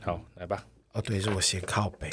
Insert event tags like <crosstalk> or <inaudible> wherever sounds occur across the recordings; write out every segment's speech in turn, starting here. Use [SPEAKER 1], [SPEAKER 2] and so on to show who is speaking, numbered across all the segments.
[SPEAKER 1] 好，来吧。
[SPEAKER 2] 哦，对，是我先靠北。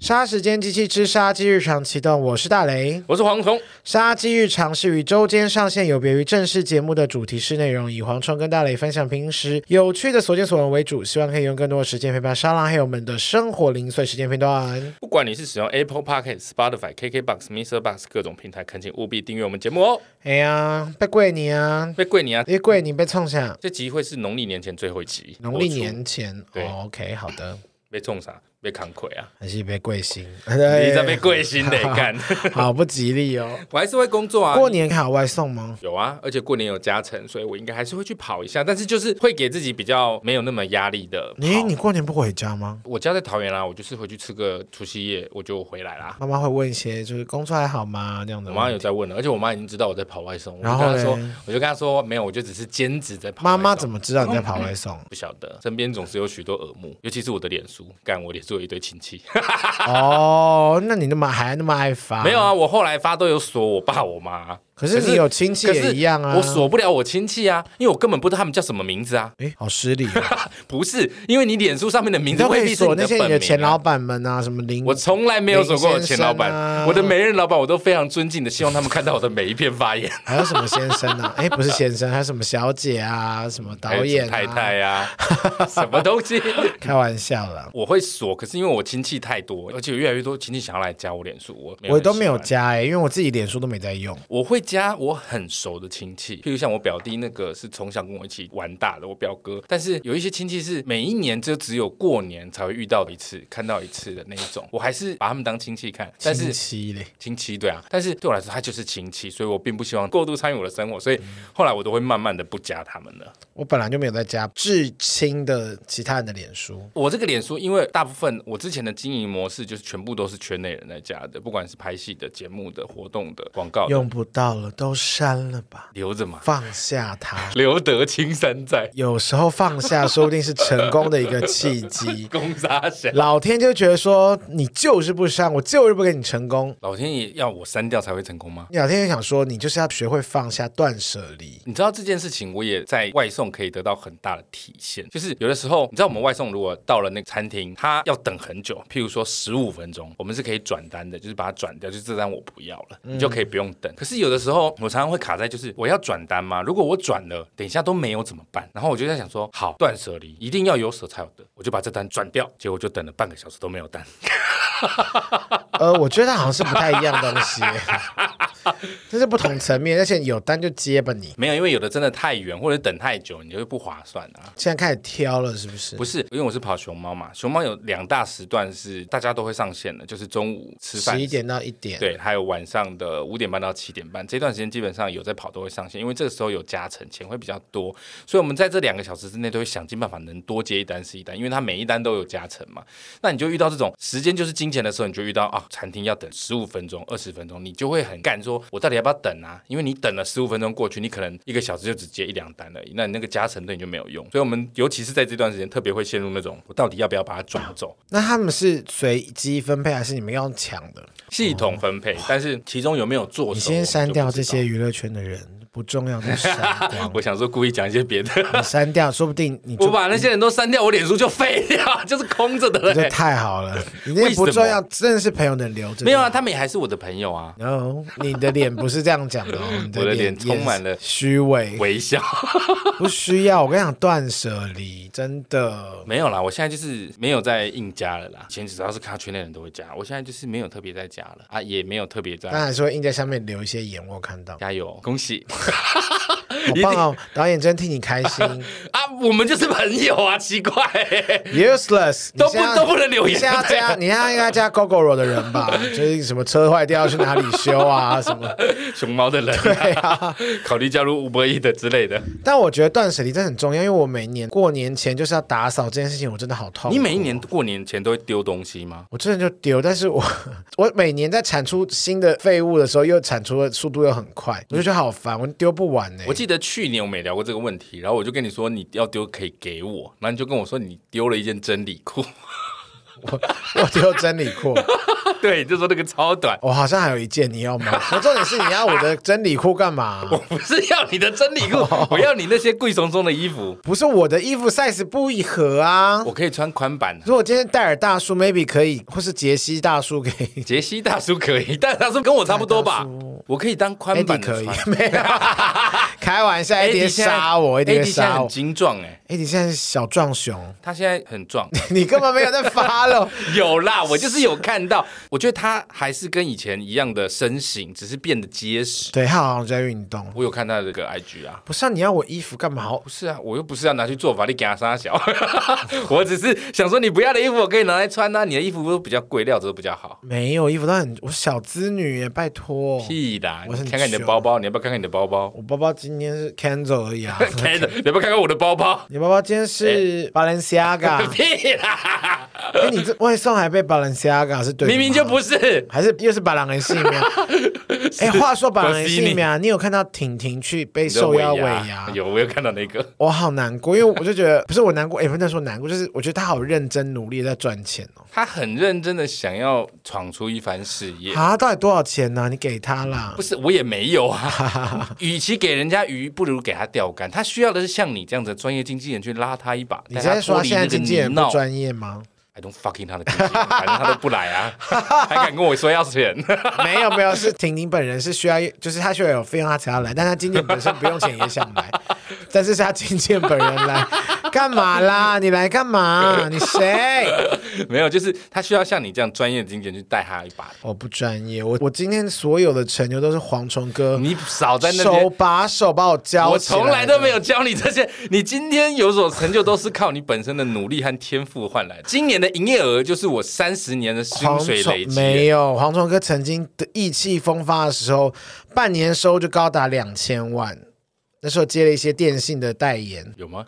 [SPEAKER 2] 杀时间机器之杀鸡日常启动，我是大雷。
[SPEAKER 1] 我是蝗虫，
[SPEAKER 2] 杀鸡日常是于周间上线，有别于正式节目的主题式内容，以蝗虫跟大磊分享平时有趣的所见所闻为主，希望可以用更多的时间陪伴沙拉还有我们的生活零碎时间片段。
[SPEAKER 1] 不管你是使用 Apple Podcast、Spotify、KKBox、Mr. Box 各种平台，恳请务必订阅我们节目哦。
[SPEAKER 2] 哎呀，被跪你啊！
[SPEAKER 1] 被跪你啊！
[SPEAKER 2] 被跪你被冲下，
[SPEAKER 1] 这集会是农历年前最后一集，
[SPEAKER 2] 农历
[SPEAKER 1] 播出
[SPEAKER 2] 年前。
[SPEAKER 1] 对
[SPEAKER 2] 哦、OK，好的，
[SPEAKER 1] 被冲啥？被扛亏啊！
[SPEAKER 2] 还是被跪心，哎
[SPEAKER 1] 你在被跪心
[SPEAKER 2] <laughs>
[SPEAKER 1] 得干，
[SPEAKER 2] 好不吉利哦。
[SPEAKER 1] 我还是会工作啊。
[SPEAKER 2] 过年还有外送吗？
[SPEAKER 1] 有啊，而且过年有加成，所以我应该还是会去跑一下，但是就是会给自己比较没有那么压力的跑。
[SPEAKER 2] 你你过年不回家吗？
[SPEAKER 1] 我家在桃园啦、啊我就是回去吃个除夕夜，我就回来啦。
[SPEAKER 2] 妈妈会问一些就是工作还好吗这样的
[SPEAKER 1] 我
[SPEAKER 2] 问题。
[SPEAKER 1] 妈有在问了，而且我妈已经知道我在跑外送，我
[SPEAKER 2] 嗯然
[SPEAKER 1] 就
[SPEAKER 2] 后
[SPEAKER 1] 跟她说
[SPEAKER 2] 嘞，
[SPEAKER 1] 我就跟她说没有，我就只是兼职在跑外
[SPEAKER 2] 妈
[SPEAKER 1] 送。
[SPEAKER 2] 妈怎么知道你在跑外送？
[SPEAKER 1] 不晓得，身边总是有许多耳目，尤其是我的脸书，干我脸书有一堆亲戚。
[SPEAKER 2] 啊哦，那你那么还那么爱发？
[SPEAKER 1] <laughs> 没有，啊，我后来发都有锁我爸我妈，
[SPEAKER 2] 可是
[SPEAKER 1] 可是
[SPEAKER 2] 你有亲戚
[SPEAKER 1] 可是
[SPEAKER 2] 也一样啊。
[SPEAKER 1] 我，锁不了我亲戚啊，因为我根本不知道他们叫什么名字啊。
[SPEAKER 2] 哎，好失礼、哦，
[SPEAKER 1] 不是，因为你脸书上面的
[SPEAKER 2] 你
[SPEAKER 1] 名字
[SPEAKER 2] 都可
[SPEAKER 1] 未
[SPEAKER 2] 以
[SPEAKER 1] 必是 <laughs>
[SPEAKER 2] 锁
[SPEAKER 1] 你
[SPEAKER 2] 那
[SPEAKER 1] 的
[SPEAKER 2] 些你
[SPEAKER 1] 本
[SPEAKER 2] 的
[SPEAKER 1] 名、
[SPEAKER 2] 前老。板们啊，什么林，
[SPEAKER 1] 我从来没有锁过我前老板，
[SPEAKER 2] 林先生啊
[SPEAKER 1] 我的每任老板我都非常尊敬的，希望他们看到我的每一篇发言，
[SPEAKER 2] <laughs> 还有什么先生
[SPEAKER 1] <laughs>
[SPEAKER 2] 啊？哎，不是先生，还有什么小姐啊，什么
[SPEAKER 1] 还
[SPEAKER 2] <laughs> 导
[SPEAKER 1] 有
[SPEAKER 2] 演、
[SPEAKER 1] 什么
[SPEAKER 2] 啊、
[SPEAKER 1] 太，太啊，什么东西。 <laughs>
[SPEAKER 2] 开玩笑啦，
[SPEAKER 1] 我会锁，可是因为我亲戚太多，而且有越来越多亲戚想要来加我脸书，我
[SPEAKER 2] 我都没有
[SPEAKER 1] 很喜欢
[SPEAKER 2] 加哎、因为我自己脸书都没在用。
[SPEAKER 1] 我会加我很熟的亲戚，譬如像我表弟那个是从小跟我一起玩大的，我表哥。但是有一些亲戚是每一年就只有过年才会遇到一次、看到一次的那一种，我还是把他们当亲戚看。但
[SPEAKER 2] 亲
[SPEAKER 1] 是
[SPEAKER 2] 戚嘞，
[SPEAKER 1] 亲戚对啊，但是对我来说他就是亲戚，所以我并不希望过度参与我的生活，所以后来我都会慢慢的不加他们了。
[SPEAKER 2] 我本来就没有在加至亲的其他人的脸书。
[SPEAKER 1] 我这个脸书，因为大部分我之前的经营模式就是全部都是圈内人在加的，不管是拍戏的、节目的、活动的、广告的，
[SPEAKER 2] 用不到了，都删了吧，
[SPEAKER 1] 留着嘛， <laughs>
[SPEAKER 2] 放下它。
[SPEAKER 1] 留得青山在，
[SPEAKER 2] 有时候放下，说不定是成功的一个契机。
[SPEAKER 1] 攻杀谁？
[SPEAKER 2] 老天就觉得说，你就是不删，我就是不给你成功。
[SPEAKER 1] 老天爷要我删掉才会成功吗？
[SPEAKER 2] 老天就想说，你就是要学会放下，断舍离。
[SPEAKER 1] 你知道这件事情，我也在外送可以得到很大的体现。就是有的时候，你知道我们外送如果到了那个餐厅，它要等很久，譬如说十五分钟，我们是可以转单的，就是把它转掉，就是这单我不要了，你就可以不用等。可是有的时候，我常常会卡在就是我要转单吗？如果我转了，等一下都没有怎么办？然后我就在想说，好，断舍离一定要有舍才有得，我就把这单转掉，结果就等了半个小时都没有单。
[SPEAKER 2] 呃，我觉得好像是不太一样东
[SPEAKER 1] <laughs>
[SPEAKER 2] 西，这是不同层面，而且有单就接吧你。
[SPEAKER 1] 没有，因为有的真的太远或者等太久，你就会不划算啊。
[SPEAKER 2] 现在开始挑了，是不是？
[SPEAKER 1] 不是，因为我是跑熊猫嘛，熊猫有两大时段是大家都会上线的，就是中午吃饭
[SPEAKER 2] 十一。点到一点，
[SPEAKER 1] 对，还有晚上的五点半到七点半这段时间，基本上有在跑都会上线，因为这个时候有加成，钱会比较多，所以我们在这两个小时之内都会想尽办法能多接一单是一单，因为它每一单都有加成嘛。那你就遇到这种时间就是金钱的时候，你就遇到啊，餐厅要等十五分钟、二十分钟，你就会很干，说我到底要不要等啊？因为你等了十五分钟过去，你可能一个小时就只接一两单而已，那你那个加成对你就没有用。所以我们尤其是在这段时间，特别会陷入那种我到底要不要把它转走，
[SPEAKER 2] 那他们是随机分配还是你们要抢的？
[SPEAKER 1] 系统分配，但是其中有没有做手，
[SPEAKER 2] 你
[SPEAKER 1] 我
[SPEAKER 2] 先
[SPEAKER 1] 们
[SPEAKER 2] 删
[SPEAKER 1] 就
[SPEAKER 2] 掉
[SPEAKER 1] 不知
[SPEAKER 2] 这些
[SPEAKER 1] 道。
[SPEAKER 2] 娱乐圈的人，不重要的删
[SPEAKER 1] <laughs>
[SPEAKER 2] 掉。
[SPEAKER 1] 我想说故意讲一些
[SPEAKER 2] <laughs>
[SPEAKER 1] 别的，
[SPEAKER 2] 你删掉，说不定你
[SPEAKER 1] 我
[SPEAKER 2] 就
[SPEAKER 1] 把那些人都删掉，我脸书就废掉， <laughs> 就是空着的
[SPEAKER 2] 你就
[SPEAKER 1] 嘞。
[SPEAKER 2] 太好了。你那不重要，真的是朋友能留着。
[SPEAKER 1] 没有啊，他们也还是我的朋友啊，
[SPEAKER 2] No，你的脸不是这样讲
[SPEAKER 1] <laughs>
[SPEAKER 2] 的哦，你
[SPEAKER 1] 我的
[SPEAKER 2] 脸
[SPEAKER 1] 脸充满了
[SPEAKER 2] 也是虚伪，
[SPEAKER 1] 微笑。 <laughs>
[SPEAKER 2] 不需要。我跟你讲，断舍离真的。
[SPEAKER 1] 没有啦，我现在就是没有在硬加了啦。以前只要是看到圈内人都会加，我现在就是没有特别在加了啊，也没有特别
[SPEAKER 2] 当
[SPEAKER 1] 在
[SPEAKER 2] 然说印在下面留一些
[SPEAKER 1] <laughs>
[SPEAKER 2] 言，我有看到，
[SPEAKER 1] 加油，恭喜 <laughs>
[SPEAKER 2] 好棒哦！导演真替你开心，
[SPEAKER 1] 啊！我们就是朋友啊，奇怪、欸，
[SPEAKER 2] useless，
[SPEAKER 1] 都
[SPEAKER 2] 你现在
[SPEAKER 1] 不都不能留言
[SPEAKER 2] 你现在要加，
[SPEAKER 1] <laughs>
[SPEAKER 2] 你现在应该加 GoGoRo 的人吧？就是什么车坏掉要去哪里修啊什么。
[SPEAKER 1] 熊猫的人、
[SPEAKER 2] 对啊，
[SPEAKER 1] <laughs> 考虑加入五百亿的之类的。
[SPEAKER 2] 但我觉得断舍离真的很重要，因为我每年过年前就是要打扫这件事情，我真的好痛。
[SPEAKER 1] 你每一年过年前都会丢东西吗？
[SPEAKER 2] 我真的就丢，但是我我每年在产出新的废物的时候，又产出的速度又很快，我就觉得好烦，我丢不完呢、
[SPEAKER 1] 我记得去年我们也聊过这个问题，然后我就跟你说你要丢可以给我，然后你就跟我说你丢了一件真理裤， <laughs>
[SPEAKER 2] 我丢真理裤，
[SPEAKER 1] 对，你就说那个超短。
[SPEAKER 2] 我好像还有一件，你要吗？我重点是你要我的真理裤干嘛？
[SPEAKER 1] 我不是要你的真理
[SPEAKER 2] <laughs>
[SPEAKER 1] 裤，我要你那些贵松松的衣服。
[SPEAKER 2] 不是我的衣服 size 不一合啊。
[SPEAKER 1] 我可以穿宽版，
[SPEAKER 2] 如果今天戴尔大叔 maybe 可以，或是杰西大叔
[SPEAKER 1] <laughs>
[SPEAKER 2] 可以，
[SPEAKER 1] 杰西大叔可以，但大叔跟我差不多吧
[SPEAKER 2] 大叔，
[SPEAKER 1] 我可以当宽
[SPEAKER 2] a
[SPEAKER 1] 版
[SPEAKER 2] d
[SPEAKER 1] 的
[SPEAKER 2] 可以
[SPEAKER 1] 穿。，
[SPEAKER 2] <laughs> 没有，开玩笑，AD 会
[SPEAKER 1] AD 现在
[SPEAKER 2] 杀我，AD
[SPEAKER 1] AD
[SPEAKER 2] 会
[SPEAKER 1] 现在
[SPEAKER 2] 杀
[SPEAKER 1] 很
[SPEAKER 2] 我
[SPEAKER 1] 精壮哎，
[SPEAKER 2] ，AD 现在是小壮熊， <laughs>
[SPEAKER 1] 他现在很壮。 <laughs>
[SPEAKER 2] 你根本没有在发了。
[SPEAKER 1] 有啦，我就是有看到，我觉得他还是跟以前一样的身形，只是变得结实。
[SPEAKER 2] 对他好像在运动，
[SPEAKER 1] 我有看他的这个 IG 啊，
[SPEAKER 2] 不是啊，你要我衣服干嘛？
[SPEAKER 1] 不是啊，我又不是要拿去做法力给他杀小， <laughs> 我只是想说你不要的衣服我可以拿来穿啊，你的衣服都比较贵，料子都比较好。
[SPEAKER 2] 没有衣服都很，我小资女耶，拜托。
[SPEAKER 1] 屁啦，
[SPEAKER 2] 哦我很
[SPEAKER 1] 你看看你的
[SPEAKER 2] 穷
[SPEAKER 1] 包包，你要不要看看你的包
[SPEAKER 2] <laughs>
[SPEAKER 1] 包？
[SPEAKER 2] 我包包今天是 Kenzo 而
[SPEAKER 1] <laughs>
[SPEAKER 2] 已啊，
[SPEAKER 1] 开的，你要不要看看我的包包？
[SPEAKER 2] 你包包今天
[SPEAKER 1] 哎
[SPEAKER 2] 是
[SPEAKER 1] <laughs>
[SPEAKER 2] Balenciaga，啊
[SPEAKER 1] 屁啦，
[SPEAKER 2] 哎，你这外送还被 Balenciaga 是对的吗，
[SPEAKER 1] 明明就不是。
[SPEAKER 2] 还是又是巴朗人性
[SPEAKER 1] <laughs>
[SPEAKER 2] 命。啊哎，话说巴朗人
[SPEAKER 1] 巴西
[SPEAKER 2] 性命啊，你有看到婷婷去被受邀尾牙？
[SPEAKER 1] 有，我有看到那个。
[SPEAKER 2] 我好难过，因为我就觉得不是我难过，哎也不能说难过，就是我觉得他好认真努力地在赚钱哦。
[SPEAKER 1] 他很认真的想要闯出一番事业。
[SPEAKER 2] 啊，到底多少钱呢、你给他啦
[SPEAKER 1] 不？是，我也没有啊。
[SPEAKER 2] <laughs>
[SPEAKER 1] 与其给人家鱼，不如给他钓竿。他需要的是像你这样子的专业经纪人去拉他一把。
[SPEAKER 2] 你
[SPEAKER 1] 带
[SPEAKER 2] 现
[SPEAKER 1] 他
[SPEAKER 2] 在说
[SPEAKER 1] 脱
[SPEAKER 2] 他
[SPEAKER 1] 离
[SPEAKER 2] 现在
[SPEAKER 1] 那个
[SPEAKER 2] 经纪人
[SPEAKER 1] 泥
[SPEAKER 2] 不
[SPEAKER 1] 淖
[SPEAKER 2] 专业吗？
[SPEAKER 1] ，I don't fucking 他的经纪人，反正他都不来啊，
[SPEAKER 2] <laughs>
[SPEAKER 1] 还敢跟我说要钱。 <laughs>
[SPEAKER 2] 没有没有，是婷婷本人是需要，就是他需要有费用他才要来，但他经纪人本身不用钱也想
[SPEAKER 1] <laughs>
[SPEAKER 2] 来，但是是他经纪人本人来，干嘛啦？你来干嘛？你谁？
[SPEAKER 1] 没有，就是他需要像你这样专业的经纪人去带他一把。
[SPEAKER 2] 我不专业，我我今天所有的陈牛都是蝗虫哥，
[SPEAKER 1] 你少在那
[SPEAKER 2] 嗯手
[SPEAKER 1] 边。
[SPEAKER 2] 把手把我教
[SPEAKER 1] 我
[SPEAKER 2] 起来
[SPEAKER 1] 从来都没有教你这些，你今天有所成就都是靠你本身的努力和天赋换来的。今年的营业额就是我三十年的薪
[SPEAKER 2] 蝗
[SPEAKER 1] 水累
[SPEAKER 2] 虫
[SPEAKER 1] 积。
[SPEAKER 2] 没有，蝗虫哥曾经的意气风发的时候，半年收就高达两千万。那时候接了一些电信的代言，
[SPEAKER 1] 有吗？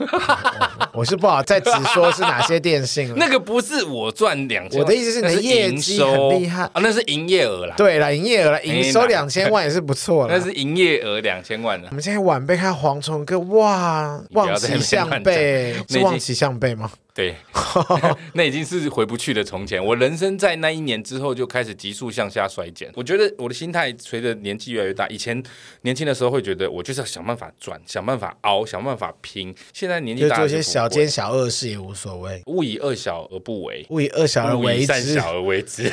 [SPEAKER 1] <laughs>
[SPEAKER 2] 我是不好再直说是哪些电信了。
[SPEAKER 1] 那个不是我赚两千，
[SPEAKER 2] 我的意思是你的
[SPEAKER 1] 那
[SPEAKER 2] 业
[SPEAKER 1] 营
[SPEAKER 2] 绩
[SPEAKER 1] 收
[SPEAKER 2] 很厉害
[SPEAKER 1] 啊，那是营业 <laughs> 额啦，
[SPEAKER 2] 对了，营业额啦营收
[SPEAKER 1] 哎呀
[SPEAKER 2] 两千万也是不错了。
[SPEAKER 1] 那是营业额两千万啊的
[SPEAKER 2] 我。们现在晚辈看蝗虫哥，哇，
[SPEAKER 1] 你不要
[SPEAKER 2] 望
[SPEAKER 1] 在那
[SPEAKER 2] 其
[SPEAKER 1] 边
[SPEAKER 2] 项
[SPEAKER 1] 乱
[SPEAKER 2] 背
[SPEAKER 1] <laughs> 讲，那
[SPEAKER 2] 是
[SPEAKER 1] 已
[SPEAKER 2] 望
[SPEAKER 1] 经
[SPEAKER 2] 其项背吗？
[SPEAKER 1] 对， <laughs> 那已经是回不去的从前。我人生在那一年之后就开始急速向下衰减。我觉得我的心态随着年纪越来越大，以前年轻的时候会觉得我就是要想办法赚，想办法熬，想办法拼。现在年纪
[SPEAKER 2] 就
[SPEAKER 1] 大了
[SPEAKER 2] 做
[SPEAKER 1] 就
[SPEAKER 2] 一些小
[SPEAKER 1] 不会
[SPEAKER 2] 奸小恶事也无所谓，
[SPEAKER 1] 勿以恶小而不为，
[SPEAKER 2] 勿以恶小而
[SPEAKER 1] 勿以
[SPEAKER 2] 为
[SPEAKER 1] 善
[SPEAKER 2] 之，
[SPEAKER 1] 小而为
[SPEAKER 2] <laughs>
[SPEAKER 1] 之，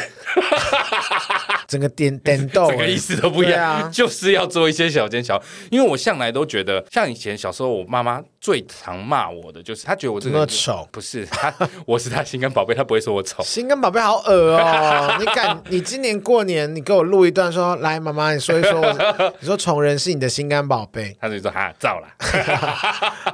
[SPEAKER 2] 整个点点豆，
[SPEAKER 1] 整个意思都不一
[SPEAKER 2] 对
[SPEAKER 1] 样，
[SPEAKER 2] 啊
[SPEAKER 1] <laughs> 就是要做一些小奸小恶。因为我向来都觉得，像以前小时候，我妈妈最常骂我的就是，她觉得我这
[SPEAKER 2] 怎
[SPEAKER 1] 个
[SPEAKER 2] 么
[SPEAKER 1] 人
[SPEAKER 2] 丑？
[SPEAKER 1] 不是她， <laughs> 我是她心肝宝贝，她不会说我丑。
[SPEAKER 2] 心肝宝贝好恶哦！你敢？你今年过年你给我录一段说，来妈妈，你说
[SPEAKER 1] <laughs>
[SPEAKER 2] 一说我，你说虫人是你的心肝宝贝，
[SPEAKER 1] 她就说哈造啦，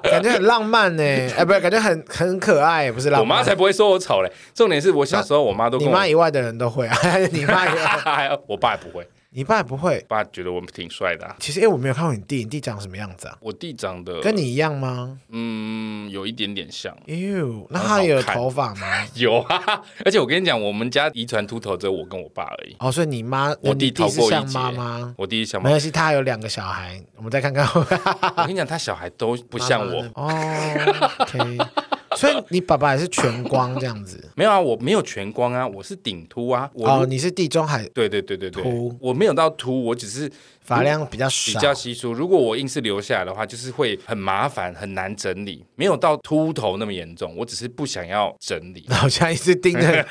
[SPEAKER 2] 感觉很浪漫
[SPEAKER 1] <laughs>
[SPEAKER 2] 呢。哎，不是，感觉很很可爱，不是
[SPEAKER 1] 我
[SPEAKER 2] 浪漫。
[SPEAKER 1] 妈才不会说我丑嘞。重点是我小时候，我妈都
[SPEAKER 2] 你
[SPEAKER 1] 跟我 <laughs>
[SPEAKER 2] 妈，以外的人都会 <laughs> 啊，你妈以外，
[SPEAKER 1] 还有我爸也不会，
[SPEAKER 2] 你爸也不会
[SPEAKER 1] 我。爸觉得我挺帅的啊、
[SPEAKER 2] 其实，哎，我没有看过你弟，你弟长什么样子啊？
[SPEAKER 1] 我弟长得
[SPEAKER 2] 跟你一样吗？
[SPEAKER 1] 嗯有一点点像， <laughs>
[SPEAKER 2] 哎呦，那
[SPEAKER 1] 很
[SPEAKER 2] 他有
[SPEAKER 1] 好看
[SPEAKER 2] 头发吗？
[SPEAKER 1] 有啊。而且我跟你讲，我们家遗传秃头只有我跟我爸而已。
[SPEAKER 2] 哦，所以你妈，
[SPEAKER 1] <laughs> 我
[SPEAKER 2] 你
[SPEAKER 1] 弟
[SPEAKER 2] 弟
[SPEAKER 1] 逃
[SPEAKER 2] 是
[SPEAKER 1] 过一
[SPEAKER 2] 像
[SPEAKER 1] 劫
[SPEAKER 2] 妈妈。
[SPEAKER 1] 我弟想
[SPEAKER 2] 没
[SPEAKER 1] 法，
[SPEAKER 2] 关系，他有两个小孩，我们再
[SPEAKER 1] <laughs>
[SPEAKER 2] 看看。
[SPEAKER 1] 我跟你讲，他小孩都不像我。
[SPEAKER 2] 哦，OK，所以你爸爸也是全光这样子。
[SPEAKER 1] 没有啊，我没有全光啊，我是顶秃啊。 <laughs> 我如、
[SPEAKER 2] 哦，你是地中海
[SPEAKER 1] 对对对对对
[SPEAKER 2] 秃，
[SPEAKER 1] 我没有到秃，我只是
[SPEAKER 2] 发量比较
[SPEAKER 1] 比
[SPEAKER 2] 少，
[SPEAKER 1] 较稀疏。如果我硬是留下来的话，就是会很麻烦，很难整理。没有到秃头那么严重，我只是不想要整理。
[SPEAKER 2] <laughs>
[SPEAKER 1] <laughs>
[SPEAKER 2] 然后现在一直盯着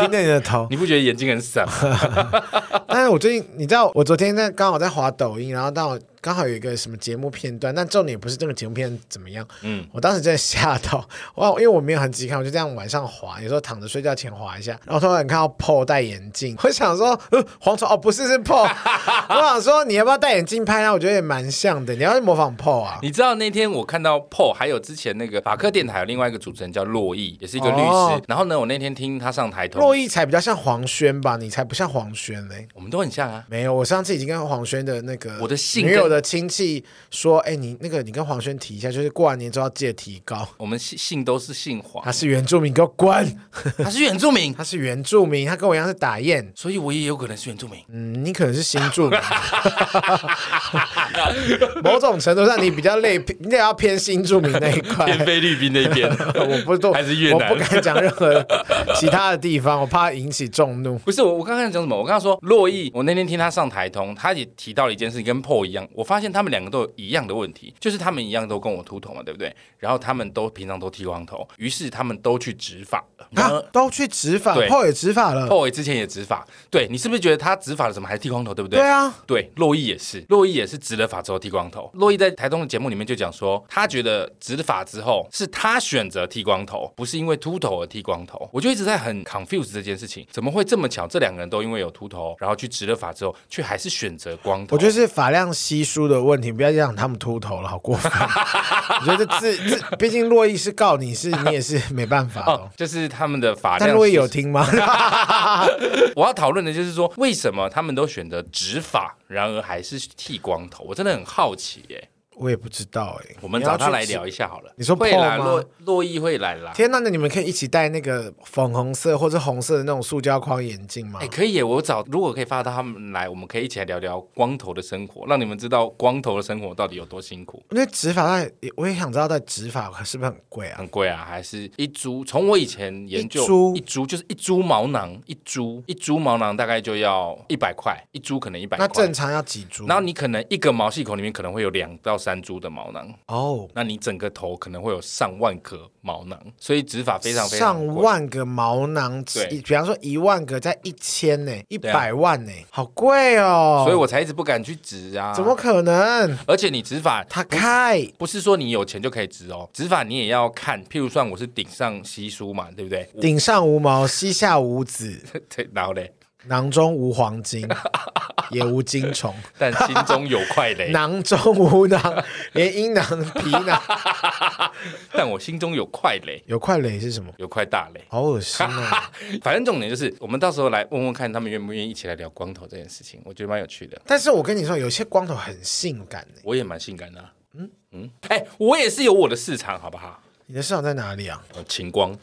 [SPEAKER 2] 盯着你的头。
[SPEAKER 1] 你不觉得眼睛很散吗？
[SPEAKER 2] 但是我最近，你知道，我昨天在刚好在滑抖音，然后当我刚好有一个什么节目片段，但重点不是这个节目片怎么样，
[SPEAKER 1] 嗯，
[SPEAKER 2] 我当时真的吓到，哇！因为我没有很急看，我就这样晚上滑，有时候躺着睡觉前滑一下，然后突然看到 PO 戴眼镜，我想说，呃、黄虫哦，不是是 PO，我想说你要不要戴眼镜拍啊？我觉得也蛮像的，你要去模仿 PO 啊。
[SPEAKER 1] 你知道那天我看到 PO，还有之前那个法克电台有另外一个主持人叫洛毅，也是一个律师。
[SPEAKER 2] 哦
[SPEAKER 1] 然后呢，我那天听他上台头，
[SPEAKER 2] 洛毅才比较像黄轩吧，你才不像黄轩嘞、
[SPEAKER 1] 我们都很像啊。
[SPEAKER 2] 没有，我上次已经跟黄轩的那个
[SPEAKER 1] 我的性
[SPEAKER 2] 女
[SPEAKER 1] 跟
[SPEAKER 2] 友的亲戚说，哎、你那个你跟黄轩提一下，就是过完年之后要记得提高。
[SPEAKER 1] 我们姓姓都是姓黄
[SPEAKER 2] 他，是原住民，给我滚！
[SPEAKER 1] 他是原住民，
[SPEAKER 2] 他是原住民，他跟我一样是打雁。
[SPEAKER 1] 所以我也有可能是原住
[SPEAKER 2] <laughs>
[SPEAKER 1] 民。
[SPEAKER 2] 嗯，你可能是新
[SPEAKER 1] <laughs>
[SPEAKER 2] 住民，某种程度上你比较累，你得要偏新住民那一
[SPEAKER 1] <laughs>
[SPEAKER 2] 块。
[SPEAKER 1] 偏菲律宾那边，
[SPEAKER 2] 我不都
[SPEAKER 1] 还是越南
[SPEAKER 2] 我不敢讲任何其他的地方，我怕引起众怒。
[SPEAKER 1] 不是我，我刚刚讲什么？我刚刚说洛毅，我那天听他上台通，他也提到了一件事情，跟 PO 一样，我发现他们两个都有一样的问题，就是他们一样都跟我秃头嘛，对不对？然后他们都平常都剃光头，于是他们都去植发了。然
[SPEAKER 2] 啊
[SPEAKER 1] 后，
[SPEAKER 2] 都去执法，
[SPEAKER 1] 对
[SPEAKER 2] 后也执法了。
[SPEAKER 1] PO 之前也植发，对你是不是觉得他植发了怎么还剃光头，对不对？
[SPEAKER 2] 对啊，
[SPEAKER 1] 对，洛伊也是，洛伊也是植了发之后剃光头。洛伊在台东的节目里面就讲说，他觉得植了发之后是他选择剃光头，不是因为秃头而剃光头。我就一直在很 confuse 这件事情，怎么会这么巧？这两个人都因为有秃头，然后去植了发之后，却还是选择光头。
[SPEAKER 2] 我觉得是发量稀疏的问题，不要讲他们秃头了，好
[SPEAKER 1] <laughs>
[SPEAKER 2] 过分。我觉得自自，毕竟洛伊是告你是，你也是没办法的
[SPEAKER 1] 哦
[SPEAKER 2] 哦。，
[SPEAKER 1] 就是他们的发
[SPEAKER 2] 但
[SPEAKER 1] 量。
[SPEAKER 2] 洛伊有，听吗？ <laughs>
[SPEAKER 1] 我要讨论的就是说，为什么他们都选择植发，然而还是剃光头？我真的很好奇耶、
[SPEAKER 2] 我也不知道哎。
[SPEAKER 1] 我们
[SPEAKER 2] 你要
[SPEAKER 1] 找他
[SPEAKER 2] 去
[SPEAKER 1] 来
[SPEAKER 2] 执
[SPEAKER 1] 聊一下好了。
[SPEAKER 2] 你说
[SPEAKER 1] 会啦，
[SPEAKER 2] Paul 吗
[SPEAKER 1] 洛洛伊会来啦。
[SPEAKER 2] 天呐，那你们可以一起戴那个粉红色或者红色的那种塑胶框眼镜吗
[SPEAKER 1] 哎、？可以耶！我找如果可以发到他们来，我们可以一起来聊聊光头的生活，让你们知道光头的生活到底有多辛苦。
[SPEAKER 2] 因为植发在，我也想知道在植发是不是很贵啊？
[SPEAKER 1] 很贵啊，还是一株？从我以前研究，
[SPEAKER 2] 一株
[SPEAKER 1] 就是一株毛囊，一株一株毛囊大概就要一百块，一株可能一百
[SPEAKER 2] 那
[SPEAKER 1] 块
[SPEAKER 2] 正。常要几株？
[SPEAKER 1] 然后你可能一个毛细孔里面可能会有两到三株的毛囊，
[SPEAKER 2] 哦，
[SPEAKER 1] 那你整个头可能会有上万颗毛囊，所以植发非常非常
[SPEAKER 2] 上
[SPEAKER 1] 贵。
[SPEAKER 2] 万个毛囊，
[SPEAKER 1] 对
[SPEAKER 2] 一比方说一万个在一千呢，一
[SPEAKER 1] 对啊
[SPEAKER 2] 百万呢，好贵哦！
[SPEAKER 1] 所以我才一直不敢去植啊。
[SPEAKER 2] 怎么？可能？
[SPEAKER 1] 而且你植发，
[SPEAKER 2] 他开
[SPEAKER 1] 不是说你有钱就可以植哦，植发你也要看，譬如算我是顶上稀疏嘛，对不对？我
[SPEAKER 2] 顶上无毛，膝下无子，
[SPEAKER 1] <laughs> 对，然后嘞，
[SPEAKER 2] 囊中无
[SPEAKER 1] <laughs>
[SPEAKER 2] 黄金，也无金虫，
[SPEAKER 1] 但心中有块
[SPEAKER 2] <laughs>
[SPEAKER 1] 雷，
[SPEAKER 2] 囊中无囊，连阴囊、
[SPEAKER 1] <laughs>
[SPEAKER 2] 皮囊，
[SPEAKER 1] 但我心中有块雷，
[SPEAKER 2] 有块垒是什么？
[SPEAKER 1] 有块大雷。
[SPEAKER 2] 好恶心
[SPEAKER 1] <laughs>
[SPEAKER 2] 啊！
[SPEAKER 1] 反正重点就是，我们到时候来问问看他们愿不愿意一起来聊光头这件事情，我觉得蛮有趣的。
[SPEAKER 2] 但是我跟你说，有些光头很性感欸的、
[SPEAKER 1] 我也蛮性感的、啊，嗯嗯，哎、我也是有我的市场，好不好？
[SPEAKER 2] 你的市场在哪
[SPEAKER 1] <laughs>
[SPEAKER 2] 里啊？
[SPEAKER 1] 呃晴光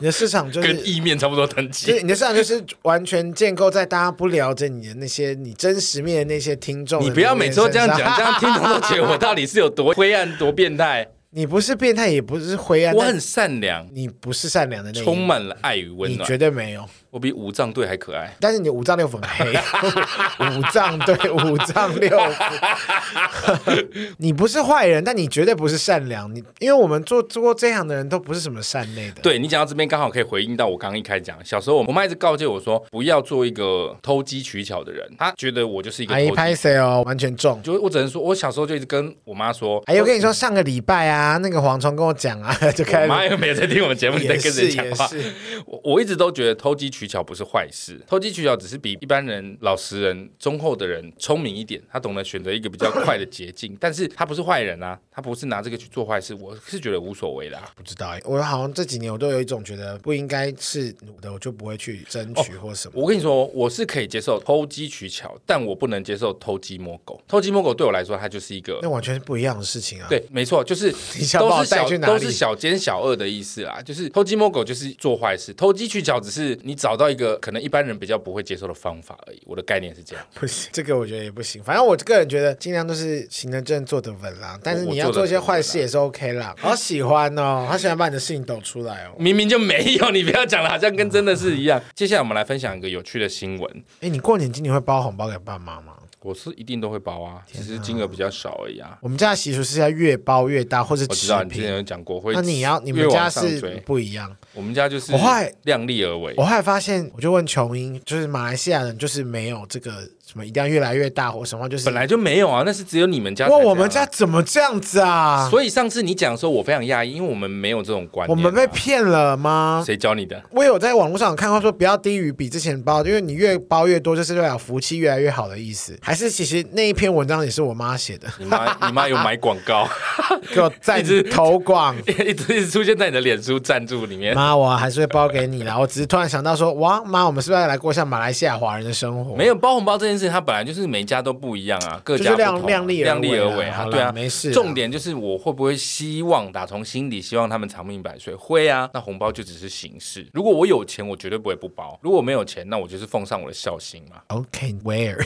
[SPEAKER 2] 你的市场就
[SPEAKER 1] 跟
[SPEAKER 2] 是。
[SPEAKER 1] 意面差不多等
[SPEAKER 2] 就
[SPEAKER 1] 级，
[SPEAKER 2] 是你的市场就是完全建构在大家不了解你的那些你真实面的那些听众的
[SPEAKER 1] 你
[SPEAKER 2] 那
[SPEAKER 1] 不
[SPEAKER 2] 些身
[SPEAKER 1] 要
[SPEAKER 2] 上。
[SPEAKER 1] 每次都这样
[SPEAKER 2] <laughs>
[SPEAKER 1] 讲，这样听众都觉得我到底是有多 <laughs> 灰暗、多变态。
[SPEAKER 2] 你不是变态，也不是灰暗，
[SPEAKER 1] 我
[SPEAKER 2] 但
[SPEAKER 1] 很善良，
[SPEAKER 2] 你不是善良的那一
[SPEAKER 1] 充
[SPEAKER 2] 面，
[SPEAKER 1] 满了爱与温
[SPEAKER 2] 你
[SPEAKER 1] 暖。
[SPEAKER 2] 绝对没有。
[SPEAKER 1] 我比五藏队还可爱。
[SPEAKER 2] 但是你五
[SPEAKER 1] <laughs>
[SPEAKER 2] 脏六腑很黑，五脏对五脏六腑， <laughs> 你不是坏人，但你绝对不是善良。你因为我们做做过这行的人都不是什么善类的，
[SPEAKER 1] 对你讲到这边，刚好可以回应到我刚刚一开始讲，小时候我妈一直告诫我说，不要做一个偷机取巧的人。她觉得我就是一个
[SPEAKER 2] 阿姨
[SPEAKER 1] 偷
[SPEAKER 2] 拍
[SPEAKER 1] 机，
[SPEAKER 2] 谁哦，完全中。
[SPEAKER 1] 就我只能说，我小时候就一直跟我妈说，
[SPEAKER 2] 哎，我跟你说，上个礼拜啊，那个蝗虫跟我讲啊， <laughs> 就开
[SPEAKER 1] 我
[SPEAKER 2] 始
[SPEAKER 1] 妈又没有在听我们节目，你在
[SPEAKER 2] 也
[SPEAKER 1] 跟谁
[SPEAKER 2] 是
[SPEAKER 1] 讲
[SPEAKER 2] 也
[SPEAKER 1] 话？
[SPEAKER 2] 是，
[SPEAKER 1] 我我一直都觉得偷机取巧不是坏事，偷机取巧只是比一般人、老实人、忠厚的人聪明一点，他懂得选择一个比较快的捷径，但是他不是坏人啊，他不是拿这个去做坏事，我是觉得无所谓的、啊。
[SPEAKER 2] 不知道哎，我好像这几年我都有一种觉得不应该是努的，我就不会去争
[SPEAKER 1] 哦
[SPEAKER 2] 取或什么。
[SPEAKER 1] 我跟你说，我是可以接受偷鸡取巧，但我不能接受偷鸡摸狗。偷鸡摸狗对我来说，它就是一个
[SPEAKER 2] 那完全是不一样的事情啊！，
[SPEAKER 1] 对，没错，就是
[SPEAKER 2] <laughs> 你想把
[SPEAKER 1] 都
[SPEAKER 2] 我
[SPEAKER 1] 是
[SPEAKER 2] 带
[SPEAKER 1] 小
[SPEAKER 2] 去哪里
[SPEAKER 1] 都是小奸小恶的意思啦。就是偷鸡摸狗就是做坏事，偷鸡取巧只是你找到一个可能一般人比较不会接受的方法而已。我的概念是这样。
[SPEAKER 2] 不行，这个我觉得也不行。反正我个人觉得，尽量都是行得正，坐得稳啦。但是你要做一些坏事也是 OK 啦。好喜欢哦，好喜欢把你的事情抖出来哦。
[SPEAKER 1] 明明就没有，你不要讲了，好像跟真的是
[SPEAKER 2] <laughs>
[SPEAKER 1] 一样。接下来我们来分享一个有趣的新闻，
[SPEAKER 2] 哎，你过年今年会包红包给爸妈吗？
[SPEAKER 1] 我是一定都会包啊，只是金额比较少而已啊。
[SPEAKER 2] 我们家的习俗是要越包越大，或是
[SPEAKER 1] 我知
[SPEAKER 2] 持
[SPEAKER 1] 道你之前
[SPEAKER 2] 平。
[SPEAKER 1] 有讲过会，
[SPEAKER 2] 那你要你
[SPEAKER 1] 越
[SPEAKER 2] 们
[SPEAKER 1] 往
[SPEAKER 2] 家
[SPEAKER 1] 上
[SPEAKER 2] 是
[SPEAKER 1] 追
[SPEAKER 2] 不一样。
[SPEAKER 1] 我们家就是
[SPEAKER 2] 我后来
[SPEAKER 1] 量力而为
[SPEAKER 2] 我。后来发现，我就问琼英，就是马来西亚人就是没有这个什么一定要越来越大或什么，就是
[SPEAKER 1] 本来就没有啊，那是只有你们家才
[SPEAKER 2] 哇，
[SPEAKER 1] 这样啊。
[SPEAKER 2] 我们家怎么这样子啊？
[SPEAKER 1] 所以上次你讲的时候，我非常讶异，因为我们没有这种观
[SPEAKER 2] 我
[SPEAKER 1] 念啊、
[SPEAKER 2] 们被骗了吗？
[SPEAKER 1] 谁教你的？
[SPEAKER 2] 我有在网络上有看过说不要低于比之前包，因为你越包越多，就是代表服务器越来越好的意思。还是其实那一篇文章也是我妈写的， <laughs>
[SPEAKER 1] 你妈，你妈有买广告， <laughs>
[SPEAKER 2] 给我赞投广。
[SPEAKER 1] 一直一直出现在你的脸书赞助里面。
[SPEAKER 2] 妈，我还是会包给你啦。我只是突然想到说，哇，妈，我们是不是要来过像马来西亚华人的生活？
[SPEAKER 1] 没有包红包这件事，它本来就是每家都不一样啊，各
[SPEAKER 2] 就
[SPEAKER 1] 家
[SPEAKER 2] 是
[SPEAKER 1] 不同
[SPEAKER 2] 量
[SPEAKER 1] 啊
[SPEAKER 2] 量力
[SPEAKER 1] 量力而为
[SPEAKER 2] 啊
[SPEAKER 1] 啊，
[SPEAKER 2] 好啦
[SPEAKER 1] 对啊，
[SPEAKER 2] 没事啊。
[SPEAKER 1] 重点就是我会不会希望打从心底希望他们长命百岁？会啊，那红包就只是形式。如果我有钱，我绝对不会不包；如果没有钱，那我就是奉上我的孝心嘛。
[SPEAKER 2] OK，where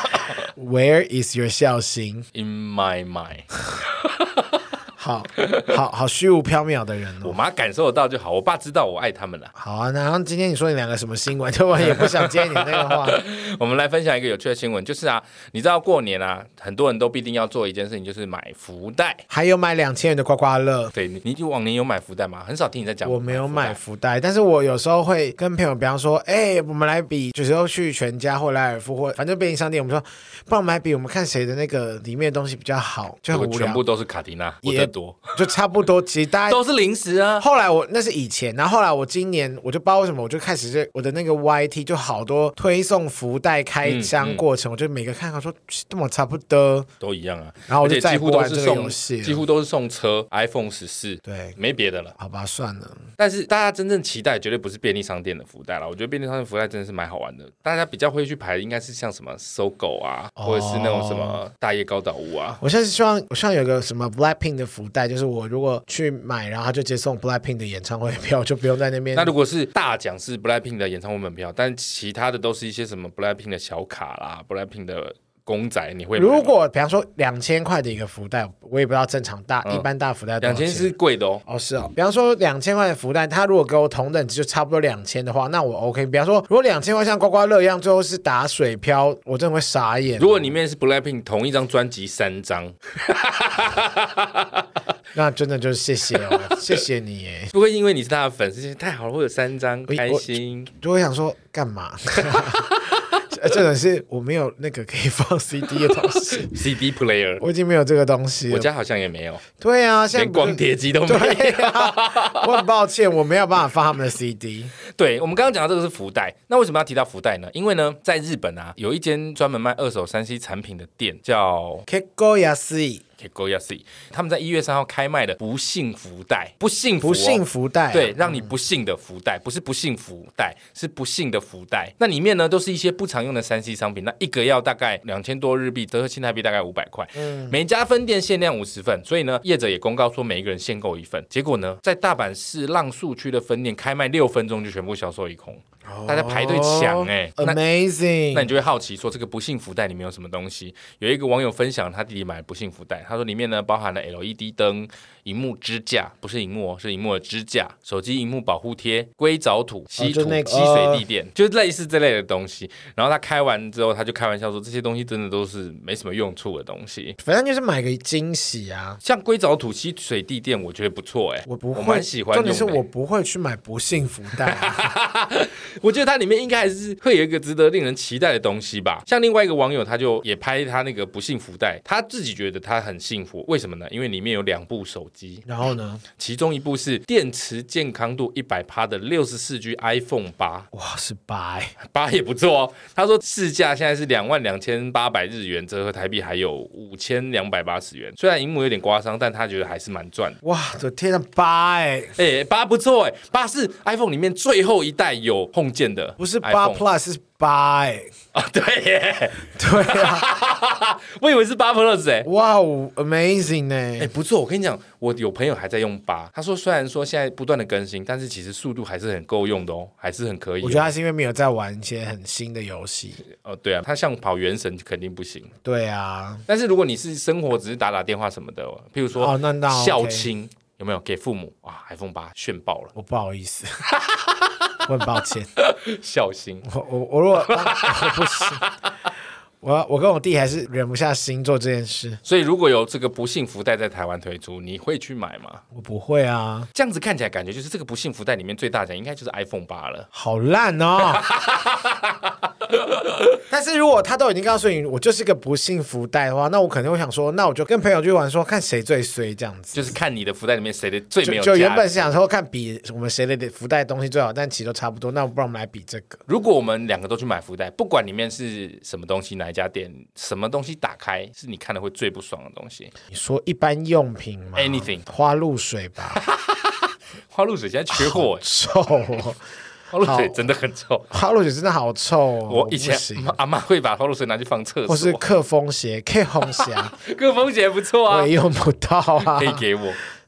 [SPEAKER 2] <laughs> where is your 孝心？
[SPEAKER 1] In my mind，
[SPEAKER 2] 好好好虚无缥缈的人
[SPEAKER 1] 我
[SPEAKER 2] 哦。
[SPEAKER 1] 妈感受得到就好，我爸知道我爱他们了。
[SPEAKER 2] 好啊，然后今天你说你两个什么新闻， <laughs> 就我也不想接你那个话。
[SPEAKER 1] <laughs> 我们来分享一个有趣的新闻，就是啊，你知道过年啊，很多人都必定要做一件事情，就是买福袋。
[SPEAKER 2] 还有买两千元的刮刮乐，
[SPEAKER 1] 对你，你往年有买福袋吗？很少听你在讲。
[SPEAKER 2] 我没有买，福袋，但是我有时候会跟朋友，比方说，哎、我们来比，有时候去全家或莱尔富或反正便利商店，我们说，不然我们来比，我们看谁的那个里面的东西比较好，就
[SPEAKER 1] 结果
[SPEAKER 2] 很无
[SPEAKER 1] 全
[SPEAKER 2] 聊
[SPEAKER 1] 部，都是卡迪娜，我
[SPEAKER 2] 也
[SPEAKER 1] 的多，
[SPEAKER 2] 就差不多。其实大家
[SPEAKER 1] 都是零食啊。
[SPEAKER 2] 后来我那是以前，然后后来我今年我就不知道为什么，我就开始是我的那个 YT 就好多推送福袋开箱过
[SPEAKER 1] 嗯
[SPEAKER 2] 程，我就每个看看说这么差不多，
[SPEAKER 1] 都一样啊。
[SPEAKER 2] 然后我
[SPEAKER 1] 而
[SPEAKER 2] 就
[SPEAKER 1] 且
[SPEAKER 2] 再也
[SPEAKER 1] 几
[SPEAKER 2] 不
[SPEAKER 1] 乎都
[SPEAKER 2] 玩
[SPEAKER 1] 是
[SPEAKER 2] 这个
[SPEAKER 1] 送
[SPEAKER 2] 游戏了
[SPEAKER 1] 几乎都是送车、iPhone 十四，
[SPEAKER 2] 对，
[SPEAKER 1] 没别的了。
[SPEAKER 2] 好吧，算了，
[SPEAKER 1] 但是大家真正期待绝对不是便利商店的福袋了，我觉得便利商店福袋真的是蛮好玩的。大家比较会去排，应该是像什么搜狗啊，
[SPEAKER 2] 哦
[SPEAKER 1] 或者是那种什么大叶高岛屋啊。
[SPEAKER 2] 我现在是希望，我希望有个什么 Blackpink 的福袋，就是我如果去买，然后他就直接送 Blackpink 的演唱会票，就不用在那边。
[SPEAKER 1] 那如果是大奖是 BLACKPINK 的演唱会门票，但其他的都是一些什么 BLACKPINK 的小卡啦、BLACKPINK 的公仔，你会买吗
[SPEAKER 2] 如果比方说两千块的一个福袋，我也不知道正常大、一般大福袋
[SPEAKER 1] 嗯
[SPEAKER 2] 多
[SPEAKER 1] 两
[SPEAKER 2] 少钱
[SPEAKER 1] 千是贵的哦，
[SPEAKER 2] 哦是哦，比方说两千块的福袋，他如果给我同等值就差不多两千的话，那我 OK。比方说如果两千块像刮刮乐一样，最后是打水漂，我真的会傻眼。
[SPEAKER 1] 如果里面是 BLACKPINK 同一张专辑三张，
[SPEAKER 2] 那真的就是谢谢
[SPEAKER 1] <laughs>
[SPEAKER 2] 哦，谢谢你耶。
[SPEAKER 1] 不会因为你是他的粉丝，太好了，会有三张，
[SPEAKER 2] 我
[SPEAKER 1] 开心。
[SPEAKER 2] 就会想说干嘛？ <laughs> 这这种是我没有那个可以放 CD 的东西。
[SPEAKER 1] CD <laughs> player，
[SPEAKER 2] 我已经没有这个东西
[SPEAKER 1] 我
[SPEAKER 2] 了。
[SPEAKER 1] 家好像也没有，
[SPEAKER 2] 对啊，现在
[SPEAKER 1] 连
[SPEAKER 2] 不是
[SPEAKER 1] 光碟机都没有。
[SPEAKER 2] 对啊，我很抱歉，我没有办法放他们的 CD。
[SPEAKER 1] 对，我们刚刚讲到这个是福袋，那为什么要提到福袋呢？因为呢，在日本啊，有一间专门卖二手三 C 产品的店叫
[SPEAKER 2] k g o y a s i
[SPEAKER 1] k i g o y a s i 他们在一月三号开卖的不幸福袋，不幸福、
[SPEAKER 2] 不幸
[SPEAKER 1] 福。
[SPEAKER 2] 福袋、啊
[SPEAKER 1] 对，，让你不幸的福袋，不是不幸福袋，是不幸的福袋。那里面呢，都是一些不常用的三 C 商品，那一个要大概两千多日币，折合新台币大概五百块。
[SPEAKER 2] 嗯
[SPEAKER 1] 每家分店限量五十份，所以呢，业者也公告说每一个人限购一份。结果呢，在大阪市浪速区的分店开卖六分钟就全部销售一空，大家排队
[SPEAKER 2] 哦
[SPEAKER 1] 抢哎、那
[SPEAKER 2] Amazing！
[SPEAKER 1] 那你就会好奇说，这个不幸福袋里面有什么东西？有一个网友分享他弟弟买的不幸福袋，他说里面呢包含了 LED 灯、荧幕支架，不是荧幕哦，是荧幕的支架、手机荧幕保护贴、硅藻土、稀土、
[SPEAKER 2] 哦就那个
[SPEAKER 1] 吸水地垫，就是类似这类的东西。然后他开完之后，他就开玩笑说，这些东西真的都是没什么用处的东西。
[SPEAKER 2] 反正就是买个惊喜啊。
[SPEAKER 1] 像硅藻土、吸水地垫，我觉得不错哎、
[SPEAKER 2] 我不会，
[SPEAKER 1] 我蛮喜欢
[SPEAKER 2] 重
[SPEAKER 1] 用的。欸
[SPEAKER 2] 点是我不会去买不幸福袋
[SPEAKER 1] <laughs>
[SPEAKER 2] 啊、
[SPEAKER 1] 我觉得它里面应该还是会有一个值得令人期待的东西吧。像另外一个网友，他就也拍他那个不幸福袋，他自己觉得他很幸福，为什么呢？因为里面有两部手机，
[SPEAKER 2] 然后呢？
[SPEAKER 1] 其中一部是电池健康度一百趴的六十四 G iPhone 八，
[SPEAKER 2] 哇，是八、欸，
[SPEAKER 1] 八也不错哦。他说市价现在是两万两千八百日元，折合台币还有五千两百八十元。虽然荧幕有点刮伤，但他觉得还是蛮赚的。
[SPEAKER 2] 哇，我的天呐，八哎、
[SPEAKER 1] 哎、八不错哎、八是 iPhone 里面最后一代有 Home 键的 iPhone，
[SPEAKER 2] 不是八 Plus 是八哎、
[SPEAKER 1] 啊， <laughs> 对耶。
[SPEAKER 2] 对啊，
[SPEAKER 1] <laughs> 我以为是八 Plus 哎、
[SPEAKER 2] 哇哦，Amazing 呢、
[SPEAKER 1] 哎、不错，我跟你讲，我有朋友还在用八，他说虽然说现在不断的更新，但是其实速度还是很够用的哦，还是很可以、
[SPEAKER 2] 我觉得他是因为没有在玩一些很新的游戏。
[SPEAKER 1] 哦，对啊，他像跑原神肯定不行，
[SPEAKER 2] 对啊，
[SPEAKER 1] 但是如果你是生活只是打打电话什么的，譬如说
[SPEAKER 2] 哦那那 OK
[SPEAKER 1] 孝亲有没有给父母啊？iPhone 八炫爆了，
[SPEAKER 2] 我不好意思， <laughs> 我很抱歉，
[SPEAKER 1] 孝心
[SPEAKER 2] 我我我如果我不行。我我跟我弟还是忍不下心做这件事，
[SPEAKER 1] 所以如果有这个不幸福袋在台湾推出，你会去买吗？
[SPEAKER 2] 我不会啊，
[SPEAKER 1] 这样子看起来感觉就是这个不幸福袋里面最大奖应该就是 iPhone 八了。
[SPEAKER 2] 好烂哦。 <laughs> 但是如果他都已经告诉你我就是个不幸福袋的话，那我可能会想说，那我就跟朋友去玩说，看谁最衰这样子。
[SPEAKER 1] 就是看你的福袋里面谁的最没
[SPEAKER 2] 就
[SPEAKER 1] 有
[SPEAKER 2] 就
[SPEAKER 1] 价
[SPEAKER 2] 原
[SPEAKER 1] 值
[SPEAKER 2] 本是想说看比我们谁的福袋东西最好，但其实都差不多。那不然我们来比这个。
[SPEAKER 1] 如果我们两个都去买福袋，不管里面是什么东西，哪一家店，什么东西打开是你看了会最不爽的东西。
[SPEAKER 2] 你说一般用品吗
[SPEAKER 1] Anything
[SPEAKER 2] 花露水吧， <laughs>
[SPEAKER 1] 花露水现在缺货、欸，
[SPEAKER 2] 臭哦，
[SPEAKER 1] 花露水真的很臭。
[SPEAKER 2] 花露水真的好臭哦。
[SPEAKER 1] 我以
[SPEAKER 2] 不
[SPEAKER 1] 前
[SPEAKER 2] 行
[SPEAKER 1] 阿妈会把花露水拿去放厕
[SPEAKER 2] 或是
[SPEAKER 1] 所，
[SPEAKER 2] 克风
[SPEAKER 1] <laughs>
[SPEAKER 2] 鞋、K 红鞋啊，
[SPEAKER 1] 各风险不错
[SPEAKER 2] 我
[SPEAKER 1] 啊，
[SPEAKER 2] 也用不到啊
[SPEAKER 1] 可，以给我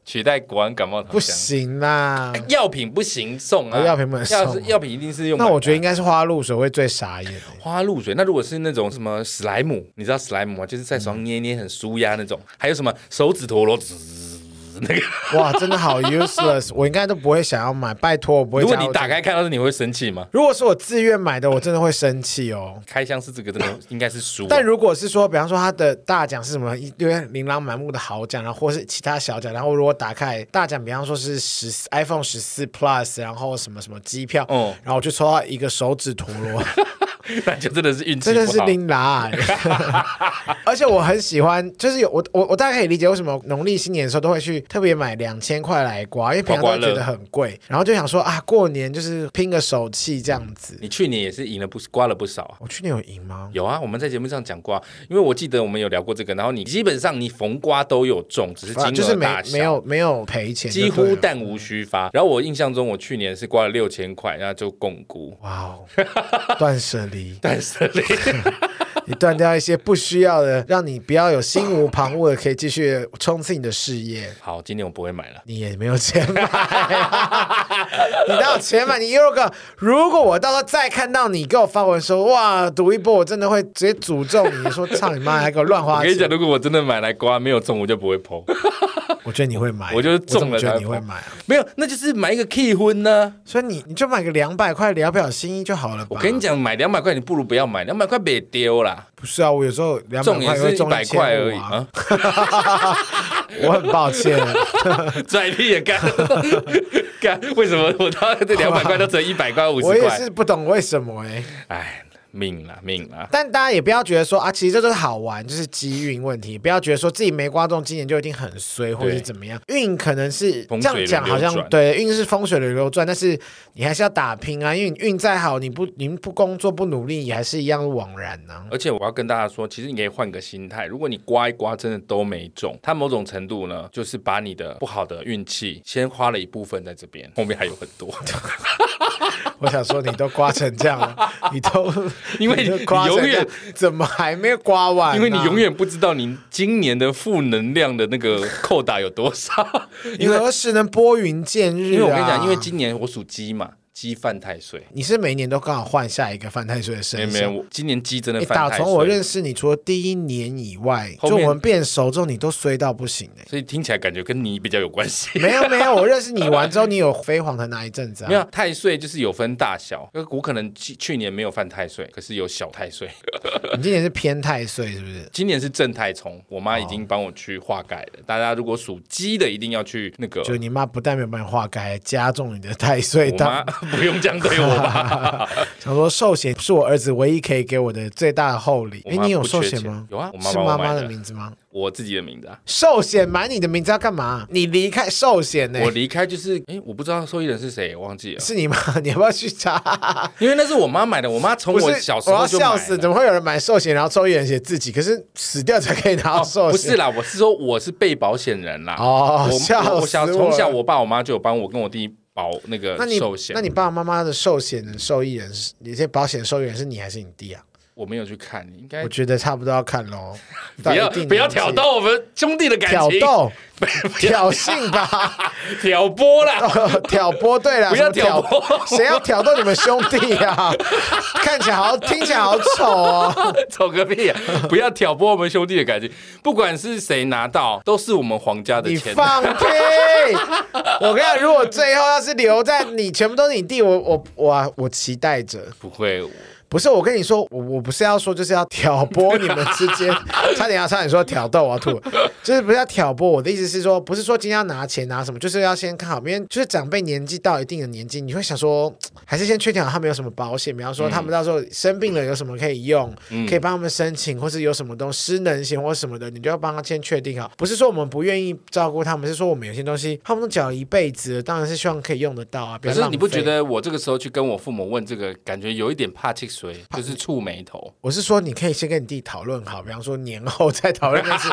[SPEAKER 1] 取代国安感冒糖
[SPEAKER 2] 不
[SPEAKER 1] 浆。
[SPEAKER 2] 行啦。
[SPEAKER 1] 药品不行送啊，
[SPEAKER 2] 哦药品不能送
[SPEAKER 1] 要是药品一定是用买
[SPEAKER 2] 那
[SPEAKER 1] 的啊。
[SPEAKER 2] 我觉得应该是花露水会最傻眼欸。
[SPEAKER 1] <laughs> 花露水，那如果是那种什么史莱姆，你知道史莱姆吗？就是在手
[SPEAKER 2] 嗯
[SPEAKER 1] 上捏捏很舒压那种，还有什么手指陀螺，滋那个。
[SPEAKER 2] 哇，真的好 useless，我应该都不会想要买，拜托我不会。
[SPEAKER 1] 如果你打，开看到是，你会生气吗？
[SPEAKER 2] 如果是我自愿买的，我真的会生
[SPEAKER 1] <laughs>
[SPEAKER 2] 气哦。
[SPEAKER 1] 开箱是这个真
[SPEAKER 2] <laughs>
[SPEAKER 1] 的应该是输啊，
[SPEAKER 2] 但如果是说，比方说他的大奖是什么一堆琳琅满目的好奖，然后或是其他小奖，然后如果打开大奖，比方说是十 iPhone 十四 Plus，然后什么什么机票，
[SPEAKER 1] 嗯
[SPEAKER 2] 然后我就抽到一个手指陀螺，
[SPEAKER 1] 那就真的是运气
[SPEAKER 2] 真的是
[SPEAKER 1] 不好。
[SPEAKER 2] 琳达、 <laughs> 而且我很喜欢，就是有我我我大概可以理解为什么农历新年的时候都会去特别买两千块来刮，因为平常都会觉得很贵，然后就想说啊，过年就是拼个手气这样子。
[SPEAKER 1] 你去年也是赢了不刮了不少啊。
[SPEAKER 2] 我去年有赢吗？
[SPEAKER 1] 有啊，我们在节目上讲过、啊，因为我记得我们有聊过这个。然后你基本上你逢刮都有中，只是金
[SPEAKER 2] 啊就是
[SPEAKER 1] 额
[SPEAKER 2] 没
[SPEAKER 1] 大小，
[SPEAKER 2] 没有没有赔钱就对
[SPEAKER 1] 几
[SPEAKER 2] 了，
[SPEAKER 1] 乎弹无虚发。然后我印象中，我去年是刮了六千块，然后就共估。
[SPEAKER 2] 哇哦，断舍离，
[SPEAKER 1] 但是嘞，
[SPEAKER 2] <laughs> 你断掉一些不需要的，让你不要有心无旁骛的，可以继续冲刺你的事业。
[SPEAKER 1] 好，今年我不会买了。
[SPEAKER 2] 你也没有钱买、啊 <laughs> 你哪有钱买？你又个，如果我到时候再看到你给我发文说哇赌一波，我真的会直接诅咒你，说操你妈，还给我乱
[SPEAKER 1] 我
[SPEAKER 2] 花
[SPEAKER 1] 跟你讲，
[SPEAKER 2] 钱。
[SPEAKER 1] 如果我真的买来刮没有中，我就不会
[SPEAKER 2] <laughs>
[SPEAKER 1] 剖。
[SPEAKER 2] 我觉得你会买，
[SPEAKER 1] 我就是中了
[SPEAKER 2] 我怎么觉
[SPEAKER 1] 才
[SPEAKER 2] 得
[SPEAKER 1] 会
[SPEAKER 2] 你会买啊。
[SPEAKER 1] 没有，那就是买一个 key 婚呢、
[SPEAKER 2] 所以你你就买个两百块聊表心意就好了吧。
[SPEAKER 1] 我跟你讲，买两百块你不如不要买，两百块别丢啦，
[SPEAKER 2] 不是啊，我有时候两百
[SPEAKER 1] 中也
[SPEAKER 2] 块
[SPEAKER 1] 是
[SPEAKER 2] 会
[SPEAKER 1] 一
[SPEAKER 2] 中
[SPEAKER 1] 百
[SPEAKER 2] 千
[SPEAKER 1] 块而已
[SPEAKER 2] 五啊。
[SPEAKER 1] 啊，
[SPEAKER 2] 我很抱歉，
[SPEAKER 1] 拽屁也干 <laughs> 干，为什么我到这两百块都成一百块 <laughs> 五
[SPEAKER 2] 我
[SPEAKER 1] 十
[SPEAKER 2] 也
[SPEAKER 1] 块？
[SPEAKER 2] 是不懂为什么哎、
[SPEAKER 1] 哎，命啦命啦！
[SPEAKER 2] 但大家也不要觉得说啊，其实这就是好玩，就是机运问题，不要觉得说自己没刮中今年就一定很衰或者是怎么样。运可能是
[SPEAKER 1] 风
[SPEAKER 2] 这
[SPEAKER 1] 水
[SPEAKER 2] 样讲，
[SPEAKER 1] 轮流
[SPEAKER 2] 好像
[SPEAKER 1] 转
[SPEAKER 2] 对运是风水轮流转，但是你还是要打拼啊，因为你运再好，你不你不工作不努力，也还是一样枉然呢、 <laughs>
[SPEAKER 1] 而且我要跟大家说，其实你可以换个心态，如果你刮一刮真的都没中，它某种程度呢，就是把你的不好的运气先花了一部分在这边，后面还有很
[SPEAKER 2] <laughs>
[SPEAKER 1] 多，
[SPEAKER 2] 我想说，你都刮成这样
[SPEAKER 1] <laughs>
[SPEAKER 2] 了，你都
[SPEAKER 1] 因为
[SPEAKER 2] 都刮成这样
[SPEAKER 1] 你永
[SPEAKER 2] 怎么还没刮完、
[SPEAKER 1] 因为你永。远不知道你今年的负能量的那个扣打有多少。
[SPEAKER 2] 你何时能拨云见日、啊？
[SPEAKER 1] 因为我跟你讲，因为今年我属鸡嘛，鸡犯太岁。
[SPEAKER 2] 你是每一年都刚好换下一个犯太岁的
[SPEAKER 1] 没
[SPEAKER 2] 身
[SPEAKER 1] 有
[SPEAKER 2] 份，
[SPEAKER 1] 没有，我今年鸡真的
[SPEAKER 2] 欸
[SPEAKER 1] 犯
[SPEAKER 2] 打
[SPEAKER 1] 太岁。
[SPEAKER 2] 从我认识你，除了第一年以外，
[SPEAKER 1] 后
[SPEAKER 2] 就
[SPEAKER 1] 面
[SPEAKER 2] 我们变熟之后，你都衰到不
[SPEAKER 1] <laughs>
[SPEAKER 2] 行哎、
[SPEAKER 1] 所以听起来感觉跟你比较有关系。
[SPEAKER 2] 没有没有，我认识你完之后，你有飞黄腾达一阵子啊。
[SPEAKER 1] 没有太岁就是有分大小，呃我可能去去年没有犯太岁，可是有小太岁。 <laughs>
[SPEAKER 2] 你今年是偏太岁是不是？
[SPEAKER 1] 今年是正太冲，我妈已经帮我去化改了。大家如果属鸡的，一定要去那个。
[SPEAKER 2] 哦就你妈不但没有帮你化开，还加重你的太岁
[SPEAKER 1] 我
[SPEAKER 2] 当
[SPEAKER 1] 妈 <laughs> 不用这样对我
[SPEAKER 2] <laughs>
[SPEAKER 1] 吧？
[SPEAKER 2] 想说寿险是我儿子唯一可以给我的最大的厚礼。
[SPEAKER 1] 我
[SPEAKER 2] 哎，
[SPEAKER 1] 妈
[SPEAKER 2] 你有
[SPEAKER 1] 不
[SPEAKER 2] 寿
[SPEAKER 1] 缺
[SPEAKER 2] 险
[SPEAKER 1] 钱
[SPEAKER 2] 吗？
[SPEAKER 1] 有啊我妈
[SPEAKER 2] 是
[SPEAKER 1] 帮我
[SPEAKER 2] 妈
[SPEAKER 1] 买
[SPEAKER 2] 妈
[SPEAKER 1] 的
[SPEAKER 2] 的名字吗？
[SPEAKER 1] 我自己的名字啊。
[SPEAKER 2] 寿险买你的名字要干嘛？你离开寿险呢、
[SPEAKER 1] 我离开就是，哎，我不知道受益人是谁，忘记了，
[SPEAKER 2] 是你妈，你要不要去查？
[SPEAKER 1] 因为那是我妈买的。我妈从
[SPEAKER 2] 不
[SPEAKER 1] 我
[SPEAKER 2] 是，
[SPEAKER 1] 小时
[SPEAKER 2] 我要
[SPEAKER 1] 候就买
[SPEAKER 2] 笑
[SPEAKER 1] 了。
[SPEAKER 2] 死，怎么会有人买寿险，然后受益人写自己？可是死掉才可以拿到寿险、
[SPEAKER 1] 不是啦，我是说我是被保险人啦。
[SPEAKER 2] 哦吓
[SPEAKER 1] 我我小
[SPEAKER 2] 死我
[SPEAKER 1] 从小
[SPEAKER 2] 了
[SPEAKER 1] 我爸我妈就有帮我跟我弟保那
[SPEAKER 2] 那
[SPEAKER 1] 个
[SPEAKER 2] 你
[SPEAKER 1] 寿险
[SPEAKER 2] 那，你爸爸妈妈的寿险的受益人是，你这保险受益人是你还是你弟啊？
[SPEAKER 1] 我没有去看，应该
[SPEAKER 2] 我觉得差不多要看喽。
[SPEAKER 1] 哎 <laughs> 不要
[SPEAKER 2] 到一定
[SPEAKER 1] 不要
[SPEAKER 2] 年纪
[SPEAKER 1] 挑，逗我们兄弟的感 <laughs>
[SPEAKER 2] 挑
[SPEAKER 1] 情，
[SPEAKER 2] 逗
[SPEAKER 1] 不要
[SPEAKER 2] 挑衅吧， <laughs>
[SPEAKER 1] 挑拨啦。
[SPEAKER 2] 挑拨对了，
[SPEAKER 1] 不要
[SPEAKER 2] 什么挑
[SPEAKER 1] 挑拨
[SPEAKER 2] 谁要挑逗你们兄弟啊？ <laughs> 看起来好，听起来好丑哦。
[SPEAKER 1] 丑个屁
[SPEAKER 2] <laughs>
[SPEAKER 1] 啊！不要挑拨我们兄弟的感情，不管是谁拿到，都是我们皇家的
[SPEAKER 2] 你
[SPEAKER 1] 钱。
[SPEAKER 2] 放屁！ <laughs> 我跟你讲，如啊果最后要是留在你，全部都是你弟，我我我我期待着。
[SPEAKER 1] 不会，我
[SPEAKER 2] 不是，我跟你说，我我不是要说就是要挑拨你们之间，差点要差点说挑逗，我要吐，就是不是要挑拨。我的意思是说，不是说今天要拿钱拿什么，就是要先看好，因为就是长辈年纪到一定的年纪，你会想说，还是先确定好他们有什么保险，比方说他们到时候生病了有什么可以用，可以帮他们申请，或是有什么东西失能险或什么的，你就要帮他先确定好。不是说我们不愿意照顾他们，是说我们有些东西他们都缴了一辈子了，当然是希望可以用得到啊。比
[SPEAKER 1] 可
[SPEAKER 2] 如
[SPEAKER 1] 是你不觉得我这个时候去跟我父母问这个，感觉有一点怕气
[SPEAKER 2] <laughs>
[SPEAKER 1] 水，就是触眉头。
[SPEAKER 2] 我是说，你可以先跟你弟讨论好，比方说年后再讨论。
[SPEAKER 1] <laughs>
[SPEAKER 2] 但是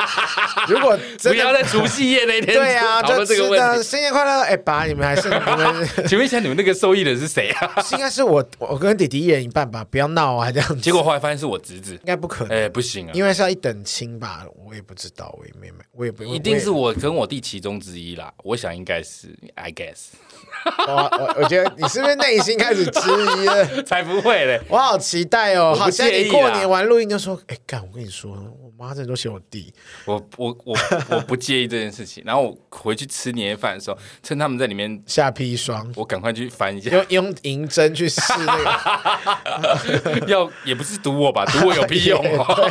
[SPEAKER 2] 如果
[SPEAKER 1] 不
[SPEAKER 2] 真
[SPEAKER 1] 要
[SPEAKER 2] 的
[SPEAKER 1] 在除夕夜那
[SPEAKER 2] <laughs>
[SPEAKER 1] 天
[SPEAKER 2] 对啊，
[SPEAKER 1] 讨
[SPEAKER 2] 就
[SPEAKER 1] 论这
[SPEAKER 2] 知
[SPEAKER 1] 个
[SPEAKER 2] 道
[SPEAKER 1] 问
[SPEAKER 2] 新年快乐！哎、爸，你们还是你们
[SPEAKER 1] 题。请问一下，你们那个受益人是谁啊？
[SPEAKER 2] 应该是我，我跟弟弟一人一半吧，不要闹啊，这样子
[SPEAKER 1] 结果后来发现是我侄子
[SPEAKER 2] 应。该不可能，
[SPEAKER 1] 哎，不行啊，
[SPEAKER 2] 因为是要一等亲吧，我也不知道，我也没买，我也不
[SPEAKER 1] 一定是
[SPEAKER 2] 我
[SPEAKER 1] 我跟我弟其中之一啦。我想应该是，I guess，
[SPEAKER 2] 也我我我觉得你是不是内心开始质疑了？
[SPEAKER 1] 才不会嘞。
[SPEAKER 2] 我好期待哦！
[SPEAKER 1] 我不
[SPEAKER 2] 好像
[SPEAKER 1] 介意
[SPEAKER 2] 你
[SPEAKER 1] 啊
[SPEAKER 2] 过年玩录音就说，哎、干，我跟你说，我妈真的都嫌我弟。
[SPEAKER 1] 我我我我不介意这件事情。然后我回去吃年夜饭的时候，趁他们在里面，
[SPEAKER 2] 下砒霜，
[SPEAKER 1] 我赶快去翻一下，
[SPEAKER 2] 用用银针去试那个。
[SPEAKER 1] 要也不是赌我吧，赌我有屁用哦，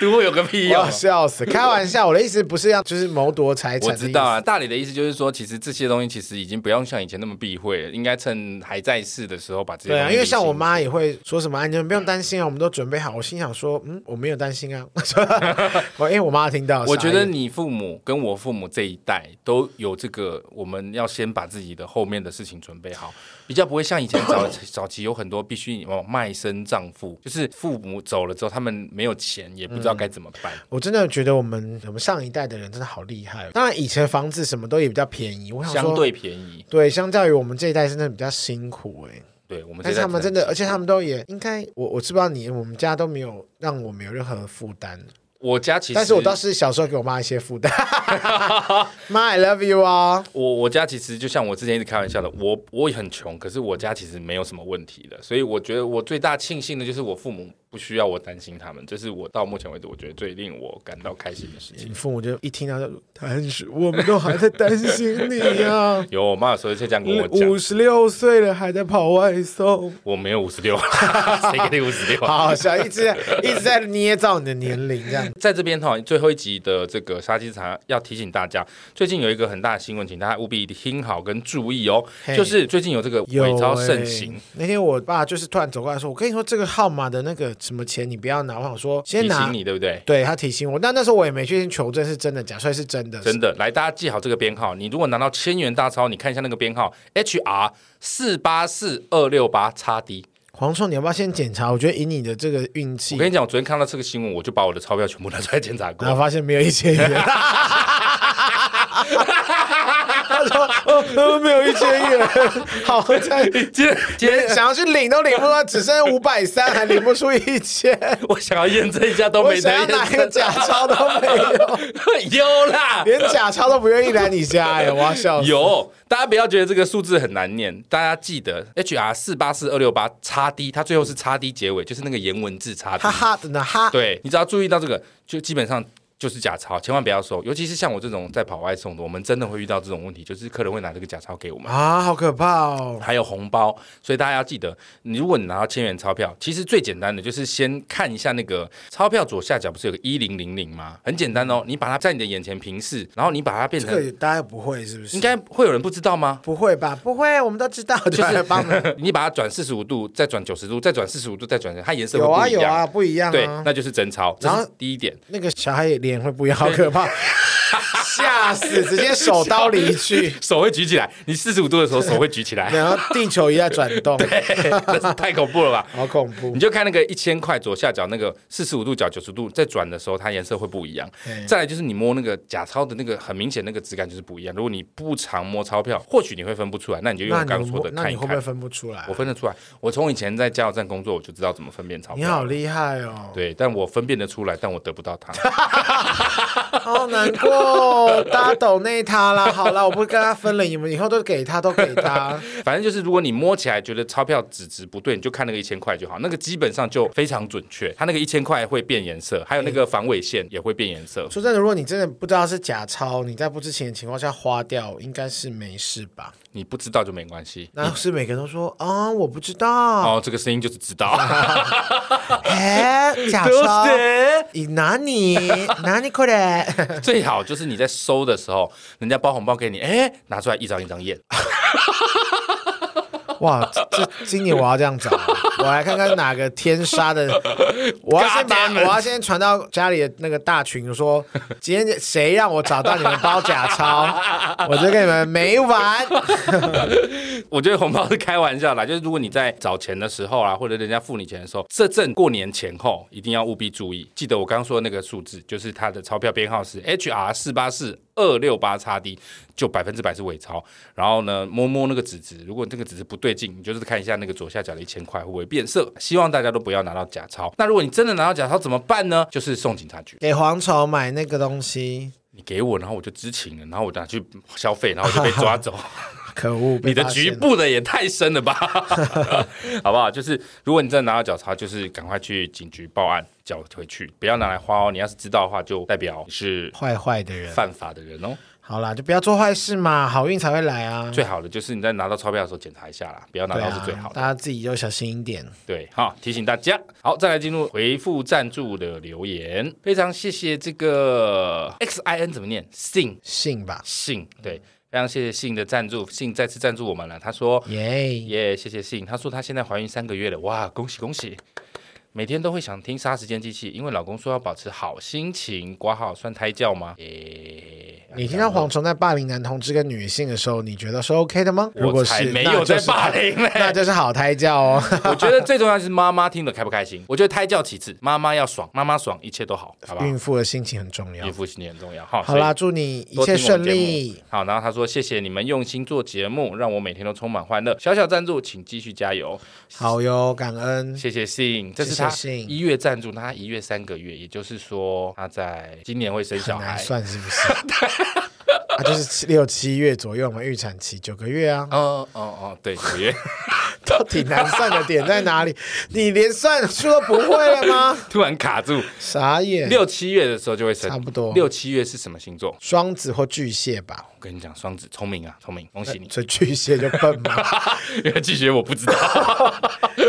[SPEAKER 1] 赌我有个屁用哦
[SPEAKER 2] 要。笑死！开玩笑，我的意思不是要就是谋夺财产
[SPEAKER 1] 我
[SPEAKER 2] 的意思，
[SPEAKER 1] 知道啊，大理的意思就是说，其实这些东西其实已经不用像以前那么避讳了，应该趁还在世的时候把这些
[SPEAKER 2] 对
[SPEAKER 1] 东西
[SPEAKER 2] 啊，因为像
[SPEAKER 1] 理清
[SPEAKER 2] 我妈也会说什么，啊，你们不用担心啊，我们都准备好。我心想说，嗯，我没有担心啊， <laughs> 我因为我妈听到，
[SPEAKER 1] 我觉
[SPEAKER 2] 傻
[SPEAKER 1] 得
[SPEAKER 2] 眼
[SPEAKER 1] 你父母跟我父母这一代都有这个，我们要先把自己的后面的事情准备好，比较不会像以前早 <coughs> 早期有很多必须哦卖身葬父，就是父母走了之后，他们没有钱，也不知道该怎么办。
[SPEAKER 2] 我真的觉得我们我们上一代的人真的好厉害哦。当然，以前房子什么都也比较便宜，我想说
[SPEAKER 1] 相对便宜，
[SPEAKER 2] 对，相较于我们这一代真的比较辛苦哎、
[SPEAKER 1] 对我们这
[SPEAKER 2] 但
[SPEAKER 1] 一
[SPEAKER 2] 是
[SPEAKER 1] 代
[SPEAKER 2] 他们真的，而且他
[SPEAKER 1] 们，
[SPEAKER 2] 们都也应该，我我知不知道你，我们家都没有让我们有任何负担，
[SPEAKER 1] 我家其实，
[SPEAKER 2] 但是我倒是小时候给我妈一些负担， <laughs> 妈，I love you 啊、
[SPEAKER 1] 我我家其实就像我之前一直开玩笑的，我我也很穷，可是我家其实没有什么问题的，所以我觉得我最大庆幸的就是我父母不需要我担心他们，这、是我到目前为止我觉得最令我感到开心的事情。
[SPEAKER 2] 你父母就一听到就担心，我们都还在担心你呀、
[SPEAKER 1] 有我妈有时候就这样跟 <laughs>
[SPEAKER 2] 你
[SPEAKER 1] 我讲，
[SPEAKER 2] 十六岁了还在跑外
[SPEAKER 1] <laughs>
[SPEAKER 2] 送，
[SPEAKER 1] 我没有五十六，谁给你五十六？
[SPEAKER 2] 好笑，一直一直在捏造你的年龄这样。
[SPEAKER 1] 在这边哈，最后一集的这个杀鸡场要提醒大家，最近有一个很大的新闻，请大家务必听好跟注意哦。
[SPEAKER 2] 嘿
[SPEAKER 1] 就是最近有这个
[SPEAKER 2] 有、
[SPEAKER 1] <laughs> 伪钞盛行
[SPEAKER 2] 欸，那天我爸就是突然走过来说：“我跟你说，这个号码的那个什么钱你不要拿。”我想说先
[SPEAKER 1] 提
[SPEAKER 2] 拿
[SPEAKER 1] 醒。你对不对？
[SPEAKER 2] 对他提醒我，但那时候我也没确定求证是真的假，所以是真的。
[SPEAKER 1] 真的，来大家记好这个编号。你如果拿到千元大钞，你看一下那个编号，HR 四八四二六八叉 D。
[SPEAKER 2] 黄硕，你要不要先检查？我觉得以你的这个运气
[SPEAKER 1] 我，跟你讲，我昨天看到这个新闻，我就把我的钞票全部拿出来检查
[SPEAKER 2] 然后
[SPEAKER 1] 过。
[SPEAKER 2] 发现没有一千元。 <laughs> 他说：“哦，呃没有一千元， <laughs> 好在
[SPEAKER 1] <laughs> 今天今 <laughs> 天
[SPEAKER 2] 想要去领都领不到，只剩五百三，还领不出一
[SPEAKER 1] <laughs>
[SPEAKER 2] 千。
[SPEAKER 1] 我想要验证一下，都
[SPEAKER 2] 我
[SPEAKER 1] 没得
[SPEAKER 2] 想要
[SPEAKER 1] 验
[SPEAKER 2] 拿一个
[SPEAKER 1] 证。
[SPEAKER 2] 假钞都没有，
[SPEAKER 1] <laughs> 有啦，
[SPEAKER 2] 连假钞都不愿意来你家，哎，我
[SPEAKER 1] <laughs>
[SPEAKER 2] 要笑死。
[SPEAKER 1] 有，大家不要觉得这个数字很难念，大家记得 HR 四八四二六八叉 D，它最后是叉 D 结尾，就是那个颜文字叉 D
[SPEAKER 2] 哈。哈的呢哈，
[SPEAKER 1] 对，你只要注意到这个，就基本上就是假钞，千万不要收。尤其是像我这种在跑外送的，我们真的会遇到这种问题，就是客人会拿这个假钞给我们。
[SPEAKER 2] 啊，好可怕哦！
[SPEAKER 1] 还有红包，所以大家要记得，你如果你拿到千元钞票，其实最简单的就是先看一下那个钞票左下角不是有个一零零零吗？很简单哦，你把它在你的眼前平视，然后你把它变
[SPEAKER 2] 嗯这
[SPEAKER 1] 成，
[SPEAKER 2] 个大家不会是不是？
[SPEAKER 1] 应该会有人不知道吗？
[SPEAKER 2] 不会吧？不会，我们都知道，就
[SPEAKER 1] 就是
[SPEAKER 2] 是帮
[SPEAKER 1] <laughs>
[SPEAKER 2] 我们
[SPEAKER 1] 你把它转四十五度，再转九十度，再转四十五度，再转，它颜色会
[SPEAKER 2] 有
[SPEAKER 1] 不
[SPEAKER 2] 啊
[SPEAKER 1] 一
[SPEAKER 2] 有
[SPEAKER 1] 样。
[SPEAKER 2] 啊，不一样
[SPEAKER 1] 对，
[SPEAKER 2] 啊。
[SPEAKER 1] 那就是真钞。
[SPEAKER 2] 然
[SPEAKER 1] 然
[SPEAKER 2] 后
[SPEAKER 1] 后第一点，
[SPEAKER 2] 那个小孩脸
[SPEAKER 1] <laughs>
[SPEAKER 2] 会不一样，好可怕，吓死！直接手刀离去，
[SPEAKER 1] 手会举起来，你四十五度的时候手会举起来，
[SPEAKER 2] 然后地球也在转动，
[SPEAKER 1] <laughs> 那是太恐怖了吧？
[SPEAKER 2] 好恐怖
[SPEAKER 1] 你。就看那个一千块左下角那个四十五度角九十度在转的时候，它颜色会不一样。再来就是你摸那个假钞的那个，很明显那个质感就是不一样。如果你不常摸钞票，或许你会分不出来，那你就用
[SPEAKER 2] 那
[SPEAKER 1] 我
[SPEAKER 2] 你
[SPEAKER 1] 刚刚说的
[SPEAKER 2] 那
[SPEAKER 1] 看
[SPEAKER 2] 你
[SPEAKER 1] 一
[SPEAKER 2] 会不会
[SPEAKER 1] 看。
[SPEAKER 2] 分不出来啊
[SPEAKER 1] 我？分得出来，我从以前在加油站工作，我就知道怎么分辨钞
[SPEAKER 2] 你
[SPEAKER 1] 票。
[SPEAKER 2] 好厉害哦！
[SPEAKER 1] 对，但我分辨得出来，但我得不到它。
[SPEAKER 2] 好难过，哦大家抖内他啦。好啦，我不跟他分了，你们以后都给他，都给他。
[SPEAKER 1] 反正就是，如果你摸起来觉得钞票纸质不对，你就看那个一千块就好，那个基本上就非常准确。它那个一千块会变颜色，还有那个防伪线也会变颜色。
[SPEAKER 2] 说真的，如果你真的不知道是假钞，你在不知情的情况下花掉，应该是没事吧？
[SPEAKER 1] 你不知道就没关系。
[SPEAKER 2] 那是每个人都说啊、我不知道，
[SPEAKER 1] 哦，这个声音就是知
[SPEAKER 2] <laughs>
[SPEAKER 1] 道，
[SPEAKER 2] 哎、
[SPEAKER 1] <laughs>
[SPEAKER 2] 假钞，你拿你拿你过来，
[SPEAKER 1] 最好就是你在收的时候，人家包红包给你，哎，拿出来一张一张验。 <laughs>
[SPEAKER 2] 哇，这这今年我要这样找，我来看看哪个天
[SPEAKER 1] <laughs>
[SPEAKER 2] 杀的，我要先
[SPEAKER 1] God
[SPEAKER 2] 把
[SPEAKER 1] damn
[SPEAKER 2] 我
[SPEAKER 1] it
[SPEAKER 2] 要先传到家里的那个大群说，今天谁让我找到你们包假
[SPEAKER 1] <laughs>
[SPEAKER 2] 钞，我就跟你们没完。
[SPEAKER 1] 我觉得红包是开玩笑啦，就是如果你在找钱的时候啊，或者人家付你钱的时候，这阵过年前后一定要务必注意。记得我刚刚说的那个数字，就是它的钞票编号是 HR 四八四二六八叉 D，就百分之百是伪钞。然后呢，摸摸那个纸质，如果这个纸质不对劲，你就是看一下那个左下角的一千块会不会变色。希望大家都不要拿到假钞。那如果你真的拿到假钞怎么办呢？就是送警察局。
[SPEAKER 2] 给蝗虫买那个东西，
[SPEAKER 1] 你给我，然后我就知情了，然后我拿去消费，然后我就被抓走。
[SPEAKER 2] 可恶！
[SPEAKER 1] 你
[SPEAKER 2] <laughs> 被
[SPEAKER 1] 的
[SPEAKER 2] 发
[SPEAKER 1] 局
[SPEAKER 2] 现了
[SPEAKER 1] 部的也太深了吧， <laughs> 好不好？就是如果你真的拿到脚叉，就是赶快去警局报案，缴回去，不要拿来花哦。你要是知道的话，就代表你是
[SPEAKER 2] 坏坏的人，
[SPEAKER 1] 犯法的人哦。
[SPEAKER 2] 好啦，就不要做坏事嘛，好运才会来啊。
[SPEAKER 1] 最好的就是你在拿到钞票的时候检查一下啦，不要拿
[SPEAKER 2] 对
[SPEAKER 1] 到
[SPEAKER 2] 啊，
[SPEAKER 1] 是最好的。
[SPEAKER 2] 大家自己就小心一点。
[SPEAKER 1] 对，好，提醒大家。好，再来进入回复赞助的留言，非常谢谢这个 X I N 怎么念？信
[SPEAKER 2] 信吧，
[SPEAKER 1] 信，对，非常谢谢信的赞助，信再次赞助我们了。他说，
[SPEAKER 2] 耶！
[SPEAKER 1] 耶谢谢信。她说她现在怀孕三个月了，哇，恭喜恭喜！每天都会想听《杀时间机器》，因为老公说要保持好心情。挂号算胎教吗？耶，
[SPEAKER 2] 你听到蝗虫在霸凌男同志跟女性的时候，你觉得是 OK 的吗？如
[SPEAKER 1] 哎
[SPEAKER 2] 果
[SPEAKER 1] 我才
[SPEAKER 2] 是，
[SPEAKER 1] 没
[SPEAKER 2] 那
[SPEAKER 1] 有
[SPEAKER 2] 就
[SPEAKER 1] 在
[SPEAKER 2] 是
[SPEAKER 1] 霸凌
[SPEAKER 2] <laughs>
[SPEAKER 1] 嘞、
[SPEAKER 2] 那就是好胎教哦。
[SPEAKER 1] 我觉得最重要是妈妈听得开不开心。我觉得胎教其次，妈妈要爽，妈妈爽，一切都好， <laughs> 好不好？
[SPEAKER 2] 孕妇的心情很重要
[SPEAKER 1] 孕。妇心情很重要哈。
[SPEAKER 2] 好啦，祝你一
[SPEAKER 1] 多听
[SPEAKER 2] 切
[SPEAKER 1] 我们
[SPEAKER 2] 顺
[SPEAKER 1] 节目
[SPEAKER 2] 利。
[SPEAKER 1] 好，然后他说：“谢谢你们用心做节目，让我每天都充满欢乐。小小赞助，请继续加油。
[SPEAKER 2] 好哟，感恩。
[SPEAKER 1] 谢谢信，这是
[SPEAKER 2] 谢谢
[SPEAKER 1] 他
[SPEAKER 2] 信
[SPEAKER 1] 一月赞助，那他一月三个月，也就是说他在今年会生小
[SPEAKER 2] 很难
[SPEAKER 1] 孩。
[SPEAKER 2] 算是不是？ <laughs> 啊，就是七六七月左右嘛，预产期九个月啊，
[SPEAKER 1] 哦哦哦，对，九
[SPEAKER 2] <laughs>
[SPEAKER 1] 月。
[SPEAKER 2] 到底难算的点在
[SPEAKER 1] <laughs>
[SPEAKER 2] 哪里？你连算数都不会了吗？
[SPEAKER 1] 突然卡住，
[SPEAKER 2] 傻眼。
[SPEAKER 1] 六七月的时候就会生，
[SPEAKER 2] 差不多
[SPEAKER 1] 六七月是什么星座？
[SPEAKER 2] 双子或巨蟹吧，
[SPEAKER 1] 我跟你讲，双子聪明啊，聪明，恭喜你。 <laughs>
[SPEAKER 2] 所以巨蟹就笨嘛，
[SPEAKER 1] 原来拒绝我不知
[SPEAKER 2] <laughs>
[SPEAKER 1] 道。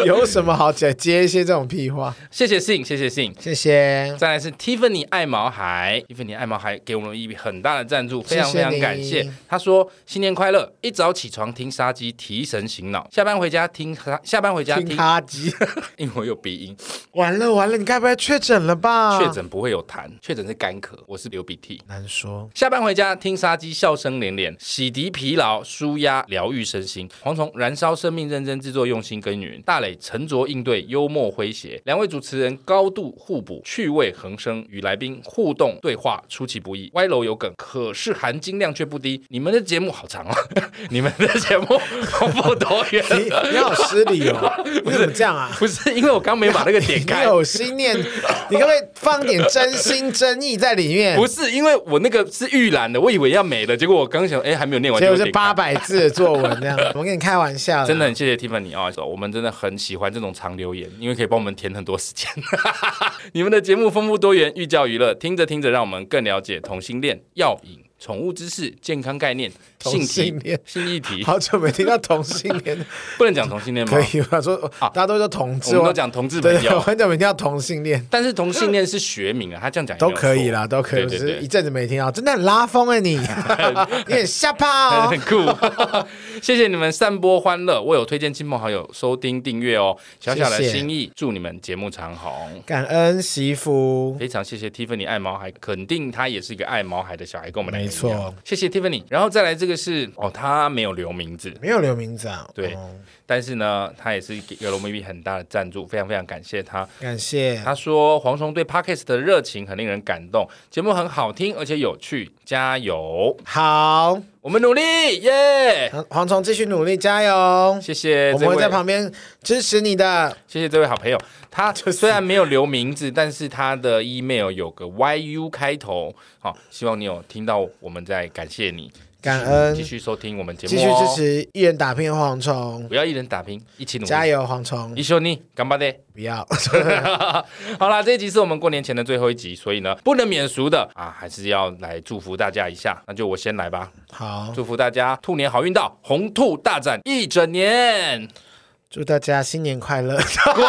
[SPEAKER 2] 有什么好接接一些这种屁话？
[SPEAKER 1] 谢谢信，谢谢信。
[SPEAKER 2] 谢谢，
[SPEAKER 1] 再来是 Tiffany 爱毛孩，Tiffany 爱毛孩给我们一笔很大的赞助，非常
[SPEAKER 2] 谢谢
[SPEAKER 1] 非常
[SPEAKER 2] 你
[SPEAKER 1] 感谢。他说新年快乐，一早起床听杀鸡提神醒脑，下班回家听哈，下班回家
[SPEAKER 2] 听
[SPEAKER 1] 听，
[SPEAKER 2] 哈吉，
[SPEAKER 1] <laughs> 因为我有鼻音，
[SPEAKER 2] 完了完了，你该不会确诊了吧？
[SPEAKER 1] 确诊不会有痰，确诊是干咳，我是流鼻涕。
[SPEAKER 2] 难说，
[SPEAKER 1] 下班回家听杀鸡，笑声连连，洗涤疲劳、舒压、疗愈身心。蝗虫燃烧生命，认真制作，用心耕耘。大磊沉着应对，幽默诙谐。两位主持人高度互补，趣味横生，与来宾互动对话出其不意，歪楼有梗，可是含金量却不低。你们的节目好长啊， <laughs> 你们的节目丰富多
[SPEAKER 2] <laughs>
[SPEAKER 1] 元。
[SPEAKER 2] 你你好失礼
[SPEAKER 1] <laughs>
[SPEAKER 2] 哦，你怎么这样啊？
[SPEAKER 1] 不是因为我刚没把那个点
[SPEAKER 2] <laughs> 你
[SPEAKER 1] 开，
[SPEAKER 2] 有心念，你可不可以放点真心真意在里面？
[SPEAKER 1] 不是因为我那个是预览的，我以为要没了，结果我刚想，哎、还没有念完
[SPEAKER 2] 结
[SPEAKER 1] 就
[SPEAKER 2] 果
[SPEAKER 1] 有点开，
[SPEAKER 2] 是八百字的作文这样，我跟你开玩笑啦，
[SPEAKER 1] 真的很谢谢 Tiffany 啊、我们真的很喜欢这种长留言，因为可以帮我们填很多时间。 <laughs> 你们的节目丰富多元，寓教于乐，听着听着，让我们更了解同性恋、药瘾、宠物知识、健康概念、
[SPEAKER 2] 同
[SPEAKER 1] 性
[SPEAKER 2] 性
[SPEAKER 1] 题
[SPEAKER 2] 恋、
[SPEAKER 1] 性议题，
[SPEAKER 2] 好久没听到同性
[SPEAKER 1] <laughs>
[SPEAKER 2] 恋了，
[SPEAKER 1] 不能讲同性恋吗
[SPEAKER 2] 可？以吗？说大家都说同
[SPEAKER 1] 我
[SPEAKER 2] 志，
[SPEAKER 1] 们都讲同志朋
[SPEAKER 2] 对对，我 <laughs>
[SPEAKER 1] 友，
[SPEAKER 2] 很久没听到同性恋。
[SPEAKER 1] 但是同性恋是学名啊，他这样讲也没
[SPEAKER 2] 都
[SPEAKER 1] 有
[SPEAKER 2] 可以
[SPEAKER 1] 错
[SPEAKER 2] 啦，都可以，
[SPEAKER 1] 对对
[SPEAKER 2] 只是
[SPEAKER 1] 对
[SPEAKER 2] 一。阵子没听到，真的很拉风
[SPEAKER 1] <laughs>
[SPEAKER 2] 哎、你，你很吓怕哦
[SPEAKER 1] 很。酷， <laughs> 谢谢你们散播欢乐。我有推荐亲朋好友收听订阅哦，小小的
[SPEAKER 2] 谢谢
[SPEAKER 1] 心意，祝你们节目长红。
[SPEAKER 2] 感恩媳妇，
[SPEAKER 1] 非常谢谢 Tiffany 爱毛孩，肯定他也是一个爱毛孩的小孩，跟我们两个
[SPEAKER 2] 没错
[SPEAKER 1] 一样谢谢 Tiffany。然后再来这个是哦，他没有留名字，
[SPEAKER 2] 没有留名字啊。
[SPEAKER 1] 对
[SPEAKER 2] 哦
[SPEAKER 1] 但是呢，他也是给了我们一笔很大的赞助，非常非常感谢他。
[SPEAKER 2] 感谢
[SPEAKER 1] 他说蝗虫对 Podcast 的热情很令人感动，节目很好听而且有趣，加油！
[SPEAKER 2] 好，
[SPEAKER 1] 我们努力，耶！
[SPEAKER 2] 黄黄虫继续努力，加油！
[SPEAKER 1] 谢谢
[SPEAKER 2] 我
[SPEAKER 1] 这
[SPEAKER 2] 们会在
[SPEAKER 1] 位，
[SPEAKER 2] 旁边支持你的。
[SPEAKER 1] 谢谢这位好朋友。他虽然没有留名字，但是他的 email 有个 yu 开头，好、希望你有听到我们在感谢你，
[SPEAKER 2] 感恩
[SPEAKER 1] 继续收听我们节目、哦
[SPEAKER 2] 继续支，持一人打拼的蝗虫，
[SPEAKER 1] 不要一人打拼，一起努力，
[SPEAKER 2] 加！油蝗虫！
[SPEAKER 1] 嗯一緒に頑張れ。
[SPEAKER 2] 不要 <laughs>
[SPEAKER 1] 好啦，这一集是我们过年前的最后一集，所以呢，不能免俗的啊，还是要来祝福大家一下。那就我先来吧，
[SPEAKER 2] 好，
[SPEAKER 1] 祝福大家兔年好运到，红兔大展一整年。
[SPEAKER 2] 祝大家新年快乐！ <laughs>
[SPEAKER 1] 滚！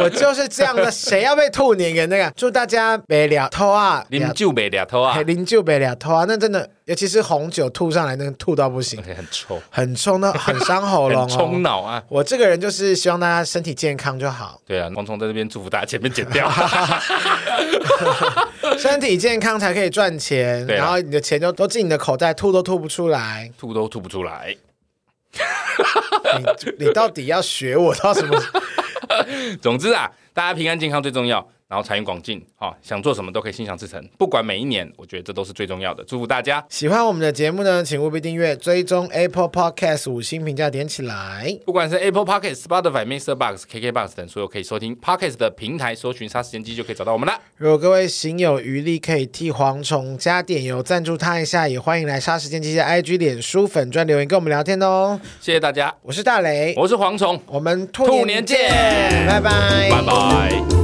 [SPEAKER 2] 我就是这样的，谁要被兔年给那个？祝大家别了偷啊，
[SPEAKER 1] 你们就没俩头
[SPEAKER 2] <laughs>
[SPEAKER 1] 啊
[SPEAKER 2] 还，零就别了偷啊！那真的，尤其是红酒吐上来，那个吐到不行，
[SPEAKER 1] 哎很臭，
[SPEAKER 2] 很
[SPEAKER 1] <laughs>
[SPEAKER 2] 冲的，很伤喉咙
[SPEAKER 1] 很冲
[SPEAKER 2] 哦。
[SPEAKER 1] 脑啊。
[SPEAKER 2] 我这个人就是希望大家身体健康
[SPEAKER 1] <laughs>
[SPEAKER 2] 就好，
[SPEAKER 1] 对啊，蝗虫在这边祝福大家，前面剪掉。 <laughs>
[SPEAKER 2] 身体健康才可以赚钱，
[SPEAKER 1] 对啊
[SPEAKER 2] 然后你的钱就都进你的口袋，吐都吐不出来。
[SPEAKER 1] 吐都吐不出来。
[SPEAKER 2] 你你到底要学我到什么？
[SPEAKER 1] 总之啊，大家平安健康最重要，然后财源广进，哦，想做什么都可以心想事成。不管每一年，我觉得这都是最重要的。祝福大家，
[SPEAKER 2] 喜欢我们的节目呢，请务必订阅、追踪 Apple Podcast 五星评价点起来。
[SPEAKER 1] 不管是 Apple Podcast、Spotify、Mr. Box、KK Box 等所有可以收听 Podcast 的平台，搜寻“杀时间机”就可以找到我们啦。
[SPEAKER 2] 如果各位行有余力，可以替蝗虫加点油，赞助他一下，也欢迎来杀时间机器的 IG、脸书粉专留言跟我们聊天哦。
[SPEAKER 1] 谢谢大家，
[SPEAKER 2] 我是大雷，
[SPEAKER 1] 我是蝗虫，
[SPEAKER 2] 我们兔
[SPEAKER 1] 兔年见，
[SPEAKER 2] 拜拜
[SPEAKER 1] 拜拜。